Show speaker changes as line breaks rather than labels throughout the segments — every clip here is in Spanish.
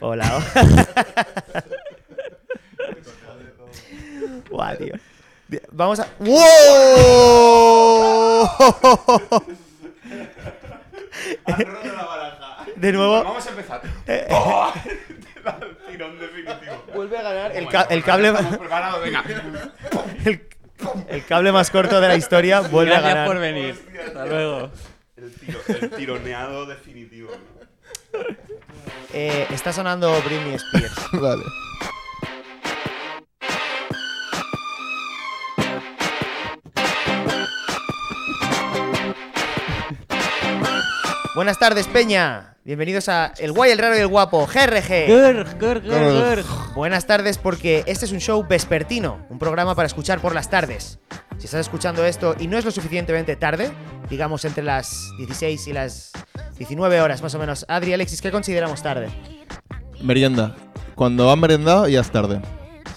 Hola. Guau, tío. Di- Vamos a. ¡Wow!
Has roto la baraja.
De nuevo,
Vamos a empezar. Tirón definitivo.
Vuelve a ganar el
el, ca- el cable, ma-
Hemos ganado, venga.
el, el cable más corto de la historia vuelve a
Gracias
ganar.
por venir. Hasta luego.
El, tiro, el tironeado definitivo.
Eh, está sonando Britney Spears.
Vale.
Buenas tardes, Peña. Bienvenidos a El Guay, el Raro y el Guapo, GRG.
Gurg, gurg, gurg, gurg.
Buenas tardes, porque este es un show vespertino, un programa para escuchar por las tardes. Si estás escuchando esto y no es lo suficientemente tarde, digamos entre las 16 y las 19 horas más o menos. Adri, Alexis, ¿qué consideramos tarde?
Merienda. Cuando han merendado, ya es tarde.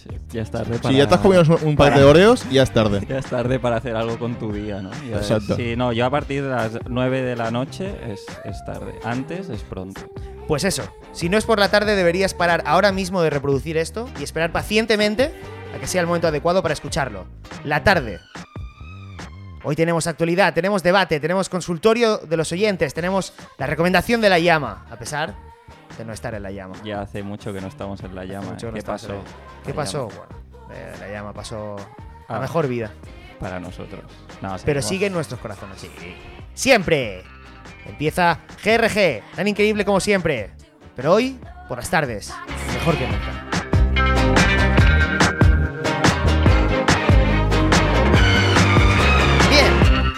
Sí, Ya es tarde para...
Si ya te has comido un- un paquete de Oreos, ya es tarde.
Ya es tarde para hacer algo con tu día, ¿no? Ya es-
Exacto.
Sí, no, yo a partir de las 9 de la noche es, es tarde. Antes es pronto.
Pues eso, si no es por la tarde deberías parar ahora mismo de reproducir esto y esperar pacientemente a que sea el momento adecuado para escucharlo. La tarde. Hoy tenemos actualidad, tenemos debate, tenemos consultorio de los oyentes, tenemos la recomendación de la llama, a pesar de no estar en la llama.
Ya hace mucho que no estamos en la llama.
mucho que no
¿Qué
estamos en
pasó?
la- ¿Qué
La
pasó?
llama
Bueno, eh, la llama pasó a
Ah.
mejor vida,
Para nosotros. No,
pero
seguimos.
sigue en nuestros corazones. Siempre. Empieza GRG, tan increíble como siempre, pero hoy por las tardes, mejor que nunca. Bien,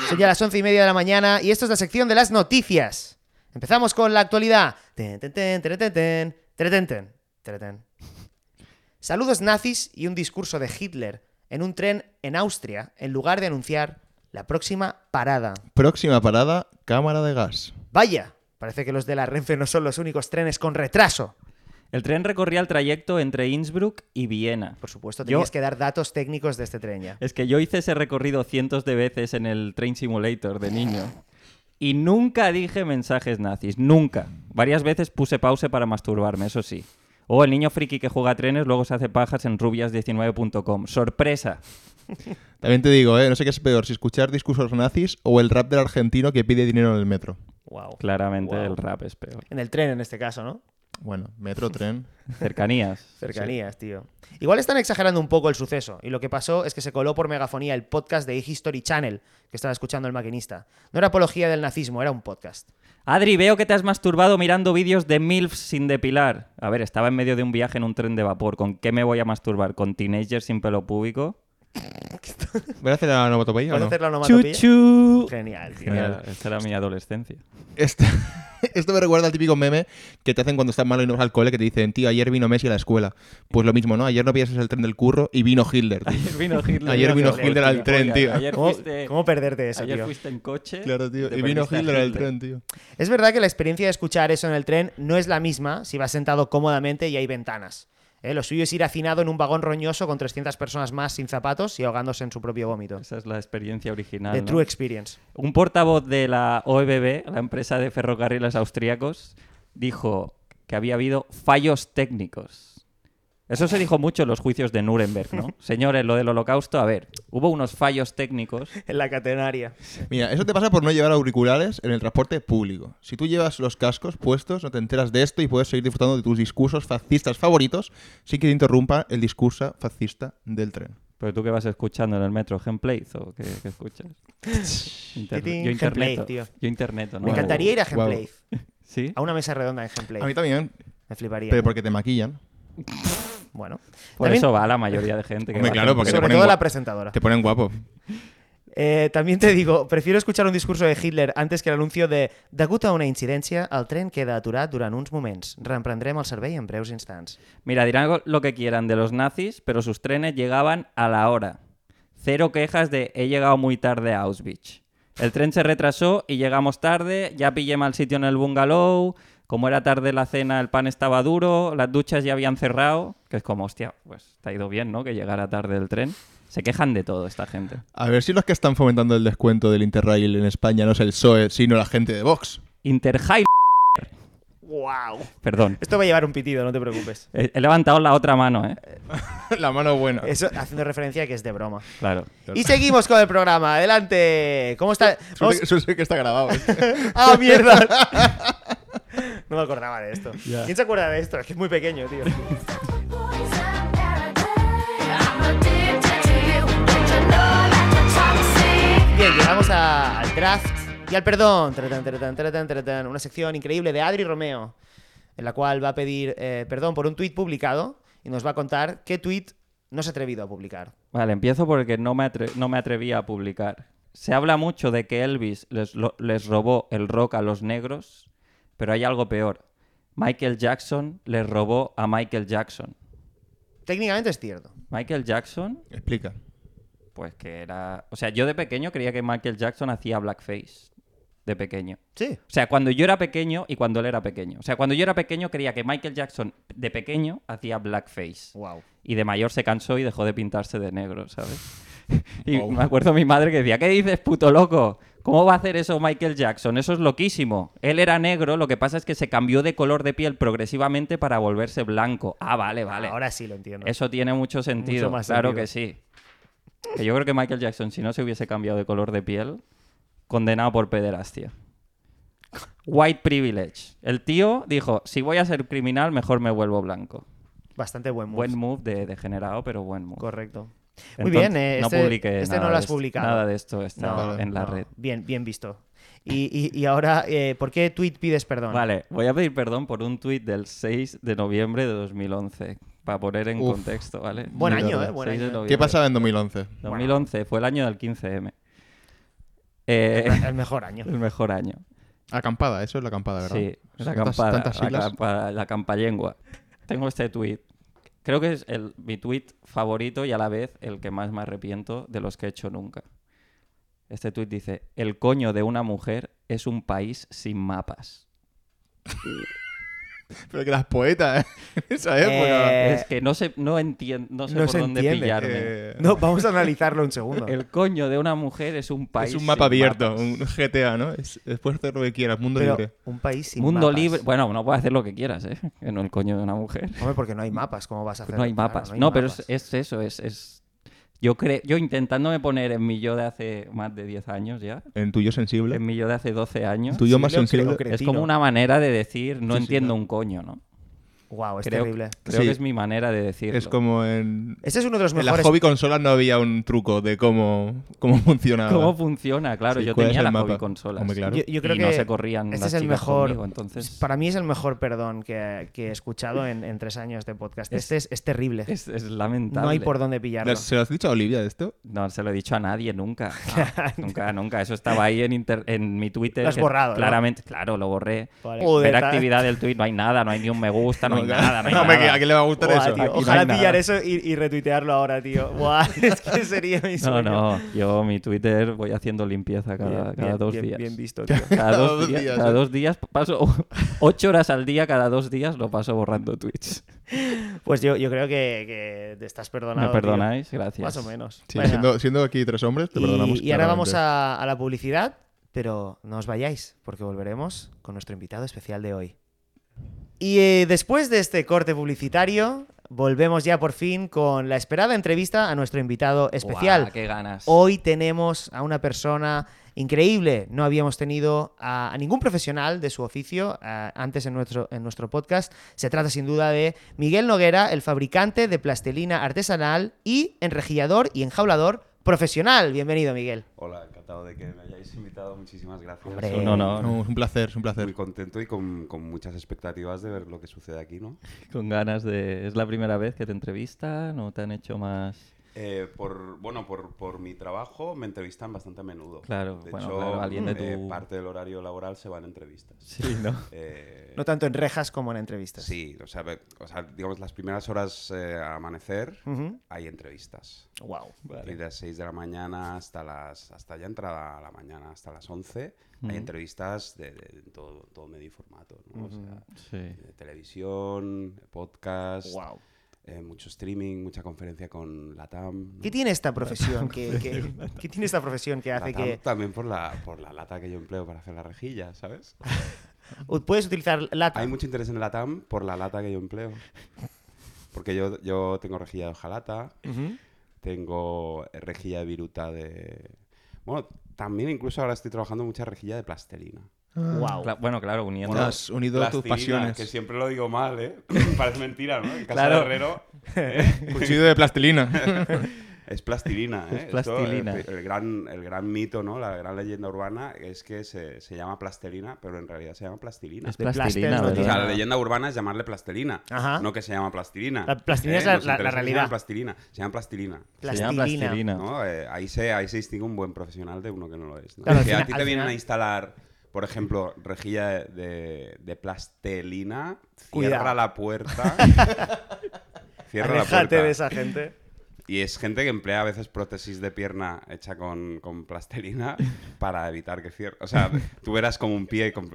son ya las once y media de la mañana y esto es la sección de las noticias. Empezamos con la actualidad. Ten, ten, ten, tere, ten, ten, tere, ten, ten, tere, ten. Saludos nazis y un discurso de Hitler en un tren en Austria en lugar de anunciar la próxima parada.
Próxima parada, cámara de gas.
Vaya, parece que los de la Renfe no son los únicos trenes con retraso.
El tren recorría el trayecto entre Innsbruck y Viena.
Por supuesto,
Yo-
tenías que dar datos técnicos de este tren ya.
Es que yo hice ese recorrido cientos de veces en el Train Simulator de niño. Y nunca dije mensajes nazis, nunca. Varias veces puse pause para masturbarme, eso sí. O el niño friki que juega a trenes luego se hace pajas en rubias19.com. ¡Sorpresa!
También te digo, ¿eh? no sé qué es peor, si escuchar discursos nazis o el rap del argentino que pide dinero en el metro.
Wow.
Claramente el rap es peor.
En el tren en este caso, ¿no?
Bueno, metro, tren.
Cercanías.
Cercanías, tío. Igual están exagerando un poco el suceso. Y lo que pasó es que se coló por megafonía el podcast de History Channel que estaba escuchando el maquinista. No era apología del nazismo, era un podcast.
Adri, veo que te has masturbado mirando vídeos de MILFs sin depilar. A ver, estaba en medio de un viaje en un tren de vapor. ¿Con qué me voy a masturbar? ¿Con teenagers sin pelo púbico?
¿Voy a hacer la onomatopeya o
¿Puedes
no?
hacer la onomatopeya?
¡Chuchu!
Genial, tío.
Genial. Esta era mi adolescencia.
Este- esto me recuerda al típico meme que te hacen cuando estás malo y no vas al cole, que te dicen, tío, ayer vino Messi a la escuela. Pues lo mismo, ¿no? Ayer no pillas el tren del curro y vino Hitler. tío.
Ayer vino Hitler.
Ayer vino Hitler al tren,
Oye,
tío.
Ayer
¿Cómo,
fuiste,
cómo perderte eso,
ayer
tío?
fuiste en coche.
Claro, tío.
te
Y vino
perdiste a
Hitler al tren, tío.
Es verdad que la experiencia de escuchar eso en el tren no es la misma si vas sentado cómodamente y hay ventanas. Eh, Lo suyo es ir hacinado en un vagón roñoso con 300 personas más sin zapatos y ahogándose en su propio vómito.
Pues
Esa es la experiencia original.
The
¿no?
true experience.
Un portavoz de la OEBB, la empresa de ferrocarriles austríacos, dijo que había habido fallos técnicos. Eso se dijo mucho en los juicios de Nuremberg, ¿no? Señores, lo del holocausto, a ver, hubo unos fallos técnicos.
En la catenaria.
Mira, eso te pasa por no llevar auriculares en el transporte público. Si tú llevas los cascos puestos, no te enteras de esto y puedes seguir disfrutando de tus discursos fascistas favoritos sin que te interrumpa el discurso fascista del tren.
¿Pero tú qué vas escuchando en el metro? ¿Genplays o qué, qué escuchas? Inter-
Titín,
yo internet.
Genplays, tío.
Yo internet.
Me encantaría ir a
Guau.
Gameplay.
¿Sí?
A una mesa redonda en Gameplay.
A mí también,
Me fliparía.
pero porque te maquillan.
Bueno.
Por
También-
eso va la mayoría de gente. Que va
Hombre,
a
claro, porque
Genplays.
te
sobre
ponen
todo
gua-
la presentadora.
Te ponen guapo.
Eh, también te digo, prefiero escuchar un discurso de Hitler antes que el anuncio de «Degut a una incidència, el tren queda aturat durant uns moments. Reemprendrem el servei en breus instants».
Mira, dirán lo que quieran de los nazis, pero sus trenes llegaban a la hora. Cero quejas de he llegado muy tarde a Auschwitz. El tren se retrasó y llegamos tarde, ya pillé mal sitio en el bungalow, como era tarde la cena el pan estaba duro, las duchas ya habían cerrado, que es como, hostia, pues te ha ido bien, ¿no? Que llegara tarde el tren. Se quejan de todo esta gente.
A ver si los que están fomentando el descuento del Interrail en España no es el PSOE, sino la gente de Vox.
Interhigh
¡Wow!
Perdón.
Esto va a llevar un pitido, no te preocupes.
He he levantado la otra mano, ¿eh?
La mano buena.
Eso haciendo referencia a que es de broma.
Claro.
Y seguimos con el programa. Adelante. ¿Cómo está? Vamos-
Eso sé que está grabado. ¿eh?
¡Ah, mierda! No me acordaba de esto. ¿Quién se acuerda de esto? Es que es muy pequeño, tío. Bien, llegamos a- al draft y al perdón. Taratán, taratán, taratán, taratán. Una sección increíble de Adri Romeo, en la cual va a pedir eh, perdón por un tuit publicado y nos va a contar qué tuit no se ha atrevido a publicar.
Vale, empiezo porque no me, atre- no me atreví a publicar. Se habla mucho de que Elvis les, lo- les robó el rock a los negros, pero hay algo peor. Michael Jackson les robó a Michael Jackson.
Técnicamente es cierto.
Michael Jackson,
Explica.
pues que era... O sea, yo de pequeño creía que Michael Jackson hacía blackface. De pequeño.
Sí.
O sea, cuando yo era pequeño y cuando él era pequeño. O sea, cuando yo era pequeño creía que Michael Jackson de pequeño hacía blackface.
Wow.
Y de mayor se cansó y dejó de pintarse de negro, ¿sabes? Y
Wow.
me acuerdo mi madre que decía, ¿qué dices, puto loco? ¿Cómo va a hacer eso Michael Jackson? Eso es loquísimo. Él era negro, lo que pasa es que se cambió de color de piel progresivamente para volverse blanco. Ah, vale, vale.
Ahora sí lo entiendo.
Eso tiene mucho sentido.
Mucho más
claro
sentido.
que sí. Que yo creo que Michael Jackson, si no se hubiese cambiado de color de piel, condenado por pederastia. White privilege. El tío dijo, si voy a ser criminal, mejor me vuelvo blanco.
Bastante buen move.
Buen move de degenerado, pero buen move.
Correcto. Muy
Entonces,
bien, eh,
no
este,
publiqué
este no
nada
lo
de
has
esto-
publicado.
Nada de esto está
No,
en la
no.
red.
Bien, bien visto. Y, y- y ahora, eh, ¿por qué tweet pides perdón?
Vale, voy a pedir perdón por un tuit del 6 de noviembre de 2011, para poner en
Uf.
contexto, ¿vale?
Buen
año,
eh, buen
6 de
año.
noviembre.
¿Qué pasaba en 2011?
2011 fue el año del 15M. Eh,
El mejor año.
el mejor año.
Acampada, eso es la acampada, ¿verdad?
Sí, la
Tantas-
acampada,
tantas
la,
siglas.
acampa- la acampallengua. Tengo este tuit. Creo que es el, mi tuit favorito y a la vez el que más me arrepiento de los que he hecho nunca. Este tuit dice, el coño de una mujer es un país sin mapas.
Pero que las poetas, ¿eh? Esa época.
Eh,
es que no sé, no entiendo, no sé
no
por
se
dónde
entiende,
pillarme.
eh,
No, vamos a analizarlo un segundo.
El coño de una mujer es un país
es un mapa
sin
abierto,
mapas.
un GTA, ¿no? Es, después hacer lo que quieras, mundo
Pero
libre.
un país sin
Mundo
mapas.
libre. Bueno, no puedes hacer lo que quieras, ¿eh? En el coño de una mujer.
Hombre, porque no hay mapas, ¿cómo vas a hacer?
Pues No hay mapas. no, pero es, es eso, es... es- Yo, cre- yo intentándome poner en mi yo de hace más de 10 años ya,
En tuyo sensible.
en mi yo de hace 12
En
años,
tuyo más sensible.
es como una manera de decir no entiendo un coño, ¿no?
Wow, es
creo-
terrible.
Creo
Sí.
que es mi manera de decirlo.
Es como en.
Este es uno de los
En las
mejores.
hobby consolas no había un truco de cómo, cómo funcionaba.
¿Cómo funciona? Claro,
Sí,
yo
¿cuál es
tenía
el
la
mapa?
hobby consolas.
Hombre, claro.
Yo, yo creo
y
que
no se corrían
este
las
es el
chicas
mejor.
conmigo, entonces
Para mí es el mejor perdón que, que he escuchado en, en tres años de podcast. Este es, es terrible.
es, es lamentable.
no hay por dónde pillarlo.
¿Le- ¿Se lo has dicho a Olivia de esto?
No se lo he dicho a nadie nunca. Ah, nunca, nunca. Eso estaba ahí en, inter- en mi Twitter.
Lo has
que
borrado, ¿no?
Claramente, claro, lo borré.
Vale.
Ver
Joder, ta-
actividad del tweet, no hay nada, no hay ni un me gusta, no, hay
claro.
nada, no hay
No, hombre,
nada.
¿a quién le va a gustar
Buah,
eso?
tío,
Aquí no hay
ojalá
nada.
pillar eso y, y retuitearlo ahora, tío. Buah, es que sería mi
No,
sueño.
no, yo mi Twitter voy haciendo limpieza
Bien,
cada,
bien,
cada dos
bien,
días.
Bien visto, tío.
Cada
Cada dos
dos, días,
días,
cada
¿eh?
dos días paso ocho horas al día, cada dos días lo paso borrando tweets.
Pues yo, yo creo que, que te estás
¿Me
perdonado. tío.
perdonáis? Gracias.
Más o menos.
Sí,
Venga.
siendo, siendo aquí tres hombres, te
y,
perdonamos.
y ahora vamos
claramente.
a, a la publicidad, pero no os vayáis, porque volveremos con nuestro invitado especial de hoy. Y eh, después de este corte publicitario, volvemos ya por fin con la esperada entrevista a nuestro invitado especial.
Guau, qué ganas.
Hoy tenemos a una persona increíble. No habíamos tenido a, a ningún profesional de su oficio eh, antes en nuestro, en nuestro podcast. Se trata sin duda de Miguel Noguera, el fabricante de plastilina artesanal y enrejillador y enjaulador profesional. Bienvenido, Miguel.
Hola, encantado de que me hayáis invitado. Muchísimas gracias.
Hombre.
Es un honor,
No, es un placer, es un
Muy
placer.
contento y con, con muchas expectativas de ver lo que sucede aquí, ¿no?
con ganas de... ¿Es la primera vez que te entrevistan o te han hecho más...?
Eh, por, bueno, por, por mi trabajo me entrevistan bastante a menudo.
Claro,
de
bueno,
hecho,
claro, alguien de
eh,
tu-
parte del horario laboral se van entrevistas.
Sí, ¿no?
Eh,
No tanto en rejas como en entrevistas.
sí, o sea, ve- o sea, digamos, las primeras horas eh, a amanecer hay entrevistas.
Wow.
Y de las 6 de la mañana hasta las hasta ya entrada la mañana, hasta las 11, hay entrevistas de, de- en todo, todo medio y formato, ¿no? O sea,
Sí.
de televisión, podcast,
Wow.
eh, mucho streaming, mucha conferencia con la TAM.
¿Qué tiene esta profesión que, que- ¿qué tiene esta profesión que hace que Ah.
También por la, por la lata que yo empleo para hacer la rejilla, ¿sabes?
U- Puedes utilizar lata.
Hay mucho interés en la TAM por la lata que yo empleo. Porque yo, yo tengo rejilla de hojalata, tengo rejilla de viruta de... Bueno, también incluso ahora estoy trabajando mucha rejilla de plastelina.
Wow.
Cla- bueno, claro, uniendo.
Bueno, Ah, has unido tus
Plastilina,
pasiones.
Que siempre lo digo mal, ¿eh? Parece mentira, ¿no? En casa
Claro.
de Herrero ¿eh?
Cuchillo de plastilina.
es plastilina, ¿eh?
Es plastilina.
Esto, el, el gran, el gran mito, ¿no? La gran leyenda urbana es que se, se llama plastelina, pero en realidad se llama plastilina.
Es
de pláster,
plastilina,
no
O sea,
¿verdad?
la leyenda urbana es llamarle plastilina,
Ajá.
no que se llama plastilina. ¿eh?
La plastilina es la-
Nos
la- la
interesa que se
realidad.
llame plastilina, se llama plastilina.
Se llama plastilina.
¿no? Eh, ahí, se, ahí se distingue un buen profesional de uno que no lo es. ¿no?
Claro, al
Si
fina-
a ti te
al
vienen
final-
a instalar, por ejemplo, rejilla de, de- de plastelina, cierra
Cuidado.
la puerta. cierra la
Aléjate
puerta.
de esa gente.
Y es gente que emplea a veces prótesis de pierna hecha con, con plastelina para evitar que cierre. O sea, tú eras como un pie, como,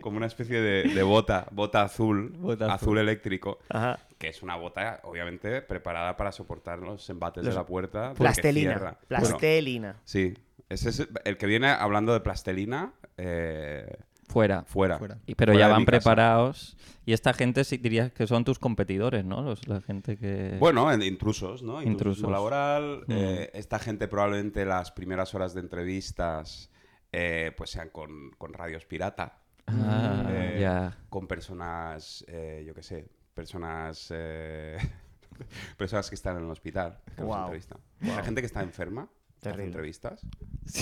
como una especie de, de bota, bota azul,
Bota
azul,
azul.
eléctrico,
Ajá.
que es una bota, obviamente, preparada para soportar los embates de la puerta. porque
Plastelina.
cierra. Bueno,
Plastelina.
sí, ese es el que viene hablando de plastelina eh,
Fuera.
fuera.
Fuera.
Y- Pero
Fuera
ya
de
van
mi casa.
preparados. Y esta gente sí dirías que son tus competidores, ¿no? Los- la gente que.
Bueno, en- intrusos, ¿no? Intruso
eh. Intrusos.
laboral.
Mm.
eh, esta gente probablemente las primeras horas de entrevistas eh, pues sean con, con radios pirata,
Ah,
Eh,
ya.
con personas, eh, yo qué sé, personas... eh, personas que están en el hospital. Que nos
Guau.
entrevistan. La gente que está enferma. que hace
Terrible.
entrevistas.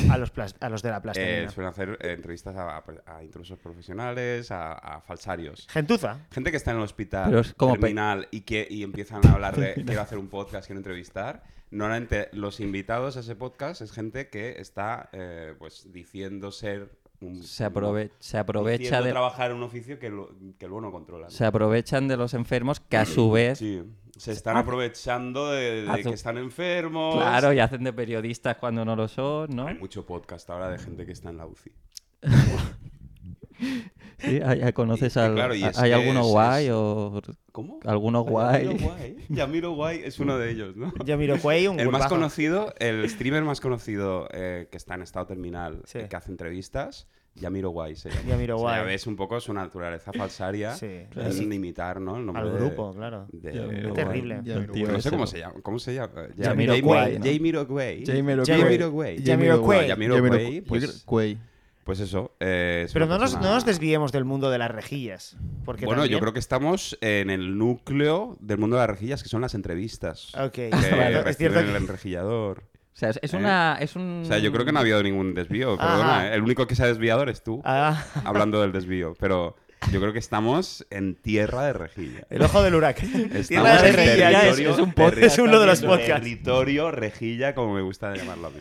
A los, plas- a los de la
Eh,
plastelina.
suelen hacer eh, entrevistas a, a- a intrusos profesionales, a- a falsarios.
Gentuza.
Gente que está en el hospital
Pero es como pe-
terminal y que y empiezan a hablar de quiero hacer un podcast, quiero entrevistar. Normalmente los invitados a ese podcast es gente que está eh, pues diciendo ser un
Se, aprove- se
diciendo
aprovecha de.
trabajar en un oficio que, lo- que luego no controlan.
Se aprovechan de los enfermos que a su vez.
Sí. Se están aprovechando de, de
Haz
que
un-
están enfermos.
Claro, y hacen de periodistas cuando no lo son, ¿no?
Hay mucho podcast ahora de gente que está en la UCI.
Sí, hay- hay- ¿Conoces
Y- y
al-
claro, y es
¿Hay
que
alguno
es-
guay
es-
o
¿Cómo?
alguno guay?
Yamiro Guay. Yamiro Guay es uno de ellos, ¿no?
Yo miro Quay, un
El más
culpazo.
conocido, el streamer más conocido eh, que está en estado terminal,
Sí.
eh, que hace entrevistas, Yamiro Guay se llama.
Yamiro
O sea,
Guay.
ya ves un poco su naturaleza falsaria
Sí,
en
claro. Sí.
imitar, ¿no? El nombre
Al
de-
grupo, claro.
de-
Yamiro
Guay. terrible.
Tío,
No sé
ese
cómo
no.
se llama. ¿Cómo se llama? Eh,
Yamiro
Jamie-
Guay, ¿no?
Jamiro Guay.
Jamiro
Jamiro
Guay.
Jamiro Guay.
Jamiro Guay, pues-
Quay.
Pues eso. eh, es
Pero
una
no nos,
persona-
no nos desviemos del mundo de las rejillas. Porque
Bueno, yo
también-
creo que estamos en el núcleo del mundo de las rejillas, que son las entrevistas.
Ok,
Que
claro, es cierto
reciben el
que-
enrejillador.
O sea, es, es
¿Eh?
una. Es un...
O sea, yo creo que no ha habido ningún desvío,
Ajá.
perdona. ¿eh? El único que se ha desviado eres tú,
Ah,
hablando del desvío. Pero yo creo que estamos en tierra de rejilla.
el ojo del huracán.
Estamos
Eh, Tierra de
en
rejillas,
territorio-
es-
es un podcast
es uno de los
territorio-
podcasts.
Territorio rejilla, como me gusta llamarlo a mí.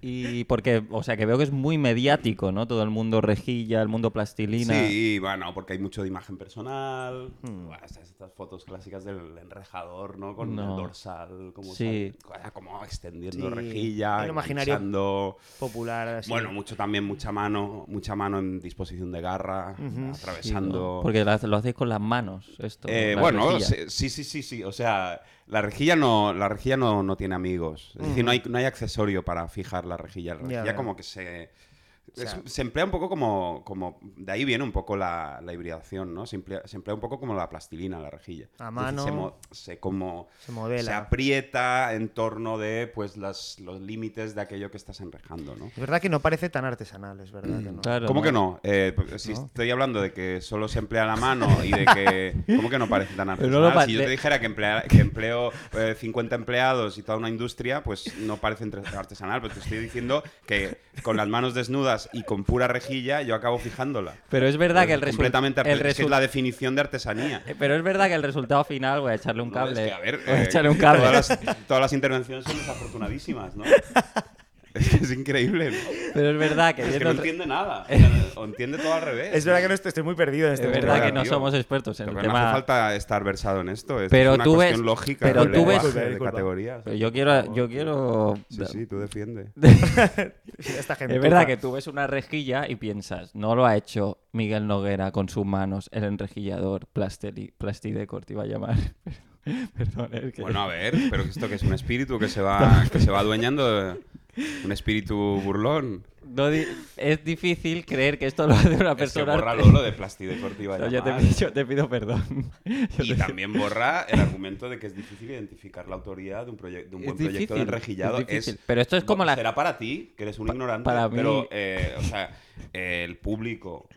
Y porque, o sea, que veo que es muy mediático, ¿no? Todo el mundo rejilla, el mundo plastilina.
Sí, bueno, porque hay mucho de imagen personal.
Hmm.
Buah, estas, estas fotos clásicas del enrejador, ¿no? Con
No.
el dorsal, como,
Sí.
sal- como extendiendo
Sí,
rejilla,
el imaginario.
enganchando.
Popular. así.
Bueno, mucho también, mucha mano, mucha mano en disposición de garra, atravesando.
¿no? Porque lo, hace- lo hacéis con las manos, esto.
Eh,
la
bueno,
rejilla.
sí, sí, sí, sí, sí. O sea, la rejilla no, la rejilla no, no tiene amigos. Es decir, no hay, no hay accesorio para fijar la rejilla. La
Ya
rejilla
veo.
como que se.
O sea-
es- se emplea un poco como, como. De ahí viene un poco la, la hibridación, ¿no? Se emplea, se emplea un poco como la plastilina, la rejilla.
A
Es decir, se
mano.
mo- se como
Se modela.
se aprieta en torno de pues las, los límites de aquello que estás enrejando, ¿no?
Es verdad que no parece tan artesanal, es verdad que no.
Mm, Claro,
¿Cómo que no? Eh, p- si estoy hablando de que solo se emplea la mano y de que... ¿Cómo que no parece tan
Pero no
artesanal?
lo pa-
si yo te
de-
dijera que, emplea- que empleo eh, 50 empleados y toda una industria, pues no parece entre- artesanal, pero te estoy diciendo que con las manos desnudas y con pura rejilla yo acabo fijándola.
Pero es verdad
Pues
que el, resu-
completamente
el
artes- es que es
resu-
la definición de artesanía.
Eh, Pero es verdad que el resultado final, voy a echarle un
No, es
cable.
que, a ver,
voy a
eh,
echarle un cable.
Todas las, todas las intervenciones son desafortunadísimas, ¿no? Es que es increíble, ¿no?
Pero es verdad que
Es que no
viendo el re-
entiende nada. O, sea, o entiende todo al revés.
Es verdad que no estoy, estoy muy perdido en este
Es
mundo.
verdad que
Claro,
no
tío.
somos expertos en
Pero
el
no hace
tema.
falta estar versado en esto. esto
Pero
es una
tú ves-
cuestión lógica.
pero
de
tú ves-
lenguaje, de
Disculpa.
categorías.
Pero yo quiero, yo quiero.
Sí, sí, tú defiende.
Esta gente.
Es verdad que tú ves una rejilla y piensas, no lo ha hecho Miguel Noguera con sus manos, el enrejillador plasteli, plastidecor, te iba a llamar. Perdón, es que...
Bueno, a ver, pero esto que es un espíritu que se va, que se va adueñando de, Un espíritu burlón.
No di- es difícil creer que esto lo hace una
Es que
persona.
borra lo de Plastideporte iba a
No, yo, te,
llamar.
pido- yo te pido perdón. Yo te-
Y también borra el argumento de que es difícil identificar la autoría de un, proye- de un
Es
buen proyecto
difícil,
de enrejillado.
es difícil. Pero esto es como la-
Será para ti, que eres un ignorante,
para mí-
pero eh, o sea, el público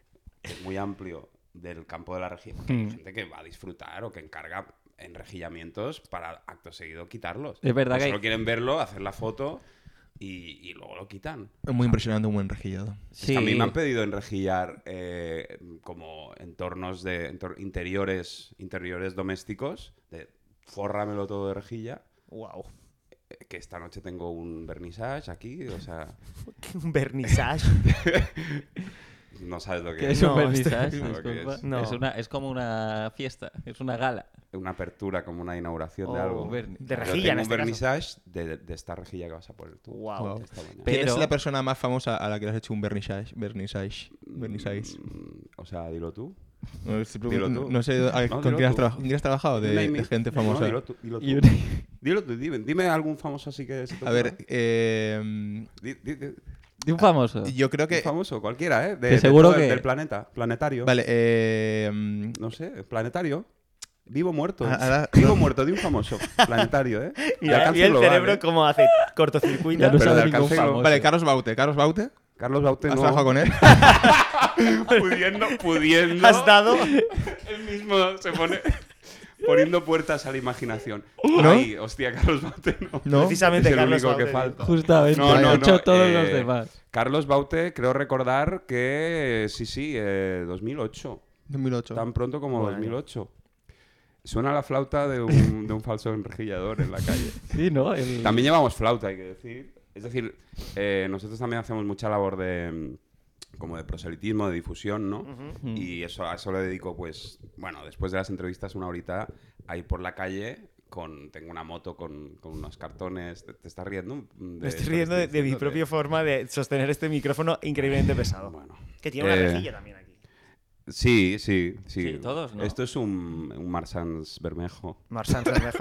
es muy amplio del campo de la rejilla. porque
Mm.
Hay gente que va a disfrutar o que encarga enrejillamientos para acto seguido quitarlos.
Es verdad
O
que hay-
Solo quieren verlo, hacer la foto y, y luego lo quitan.
Es muy impresionante un buen rejillado.
Sí.
A mí me han pedido enrejillar eh, como entornos de entor- interiores, interiores domésticos, de fórramelo todo de rejilla,
Wow.
eh, que esta noche tengo un vernissage aquí, o sea,
Un vernissage.
no sabes lo
Que
que es.
es
No,
un vernissage,
estoy-
disculpa.
es-
No.
Es, una, es como una fiesta, es una gala.
Una apertura, como una inauguración de
Oh,
algo.
verni-
De
Yo
rejilla, en
tengo
este caso.
un vernissage de, de esta rejilla que vas a poner tú.
Wow.
Wow.
esta mañana.
Pero-
¿Quién es la persona más famosa a la que le has hecho un vernissage? Vernissage. Vernissage.
Mm, O sea, dilo tú.
No,
Dilo tú.
no, no sé a-
No,
con
dilo
quién has,
tú.
traba- con quién has trabajado de,
Una y
de
mi-
gente
No,
famosa.
dilo tú, dilo tú.
Y una-
Dilo tú, dime, dime algún famoso así que... se te
a ver,
ocurra.
eh,
Di- di- di-
De un famoso.
yo creo
Un
que...
famoso, cualquiera, ¿eh? De,
que
de
seguro
todo el-
que-
Del planeta, planetario.
Vale, eh,
No sé, planetario. Vivo muerto.
Ah, ahora-
Vivo muerto de un famoso. Planetario, ¿eh?
Ah, Y,
De alcance
el
global,
cerebro
¿eh?
como hace cortocircuito.
Ya no
pero
sabe
de
ningún
alcance global.
famoso.
vale, Carlos Baute. Carlos Baute,
Carlos Baute
¿has
no.
trabajado con él?
Pudiendo, pudiendo.
Has dado.
Él mismo se pone poniendo puertas a la imaginación.
¿No?
Ay, hostia, Carlos Baute no.
No.
Es
Precisamente
el
Carlos
único que
Baute.
falta.
Justamente,
No,
han
no,
hecho
no,
todos
eh,
los demás.
Carlos Baute, creo recordar que eh, sí, sí, eh, 2008.
2008.
Tan pronto como
Buen año.
2008. Suena la flauta de un, de un falso enrejillador en la calle.
Sí, ¿no? El-
También llevamos flauta, hay que decir. Es decir, eh, nosotros también hacemos mucha labor de mm, como de proselitismo, de difusión, ¿no?
Mm.
Y eso, a eso le dedico, pues, bueno, después de las entrevistas, una horita a ir por la calle con, tengo una moto con, con unos cartones. ¿Te, te estás riendo? Mm, De
Me estoy
esto que
riendo de, de mi
diciendo?
propia forma de sostener este micrófono increíblemente pesado.
Bueno.
Que tiene una
Eh,
rejilla también aquí.
Sí, sí, sí.
Sí, todos, ¿no?
Esto es un, un Marsans Bermejo.
Marsán Bermejo.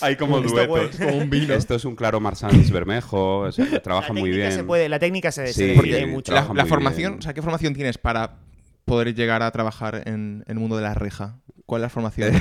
Hay como
Esto duetos.
duetos.
huele-
un vino. Esto es un claro Marsans Bermejo. o sea,
la
trabaja muy
técnica
bien. Eh,
Se puede, la técnica se, se
Sí,
define
porque
mucho.
La,
trabaja
la
muy
formación,
bien.
o sea, ¿qué formación tienes para poder llegar a trabajar en, en el mundo de la reja? ¿Cuál es la formación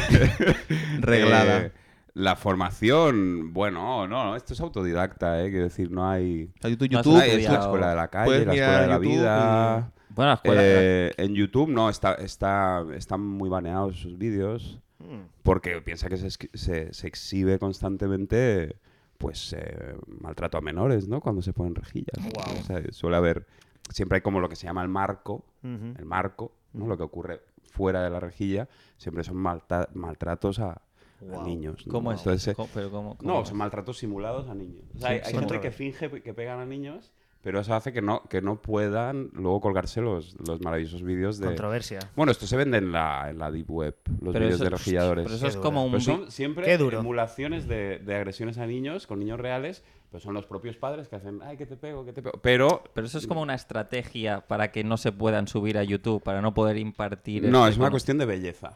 reglada?
Eh, la formación, bueno, no, no, esto es autodidacta, ¿eh? Quiero decir, no hay...
O sea, YouTube,
no has
YouTube,
Ay, es la
estudiado.
escuela de la calle,
Puedes
la
mirar
escuela de la
YouTube
vida.
Bueno, la escuela.
Eh, en YouTube, no, está, está, están muy baneados sus vídeos
Mm.
porque piensa que se, esqui- se, se exhibe constantemente pues eh, maltrato a menores, ¿no? Cuando se ponen rejillas.
Guau.
O sea, suele haber... Siempre hay como lo que se llama el marco,
Ujú.
el marco, ¿no? Lo que ocurre fuera de la rejilla, siempre son malta- maltratos a, a
Guau.
niños. ¿no?
¿Cómo es?
Entonces, eh,
¿Cómo- pero cómo- cómo
no,
es?
son maltratos simulados a niños. O sea,
Sí,
hay, hay
sí,
gente
claro.
que finge pe- que pegan a niños, pero eso hace que no, que no puedan luego colgarse los, los maravillosos vídeos de...
Controversia.
Bueno, esto se vende en la, en la Deep Web, los
Pero
vídeos
eso-
de los
Pero
guiadores.
eso es
Qué
como un.
Pero
vi-
son siempre
Qué duro.
emulaciones de, de agresiones a niños, con niños reales, pero son los propios padres que hacen, ay, que te pego, que te pego. Pero
Pero eso es como una estrategia para que no se puedan subir a YouTube, para no poder impartir.
no,
este
es una
cono-
cuestión de belleza.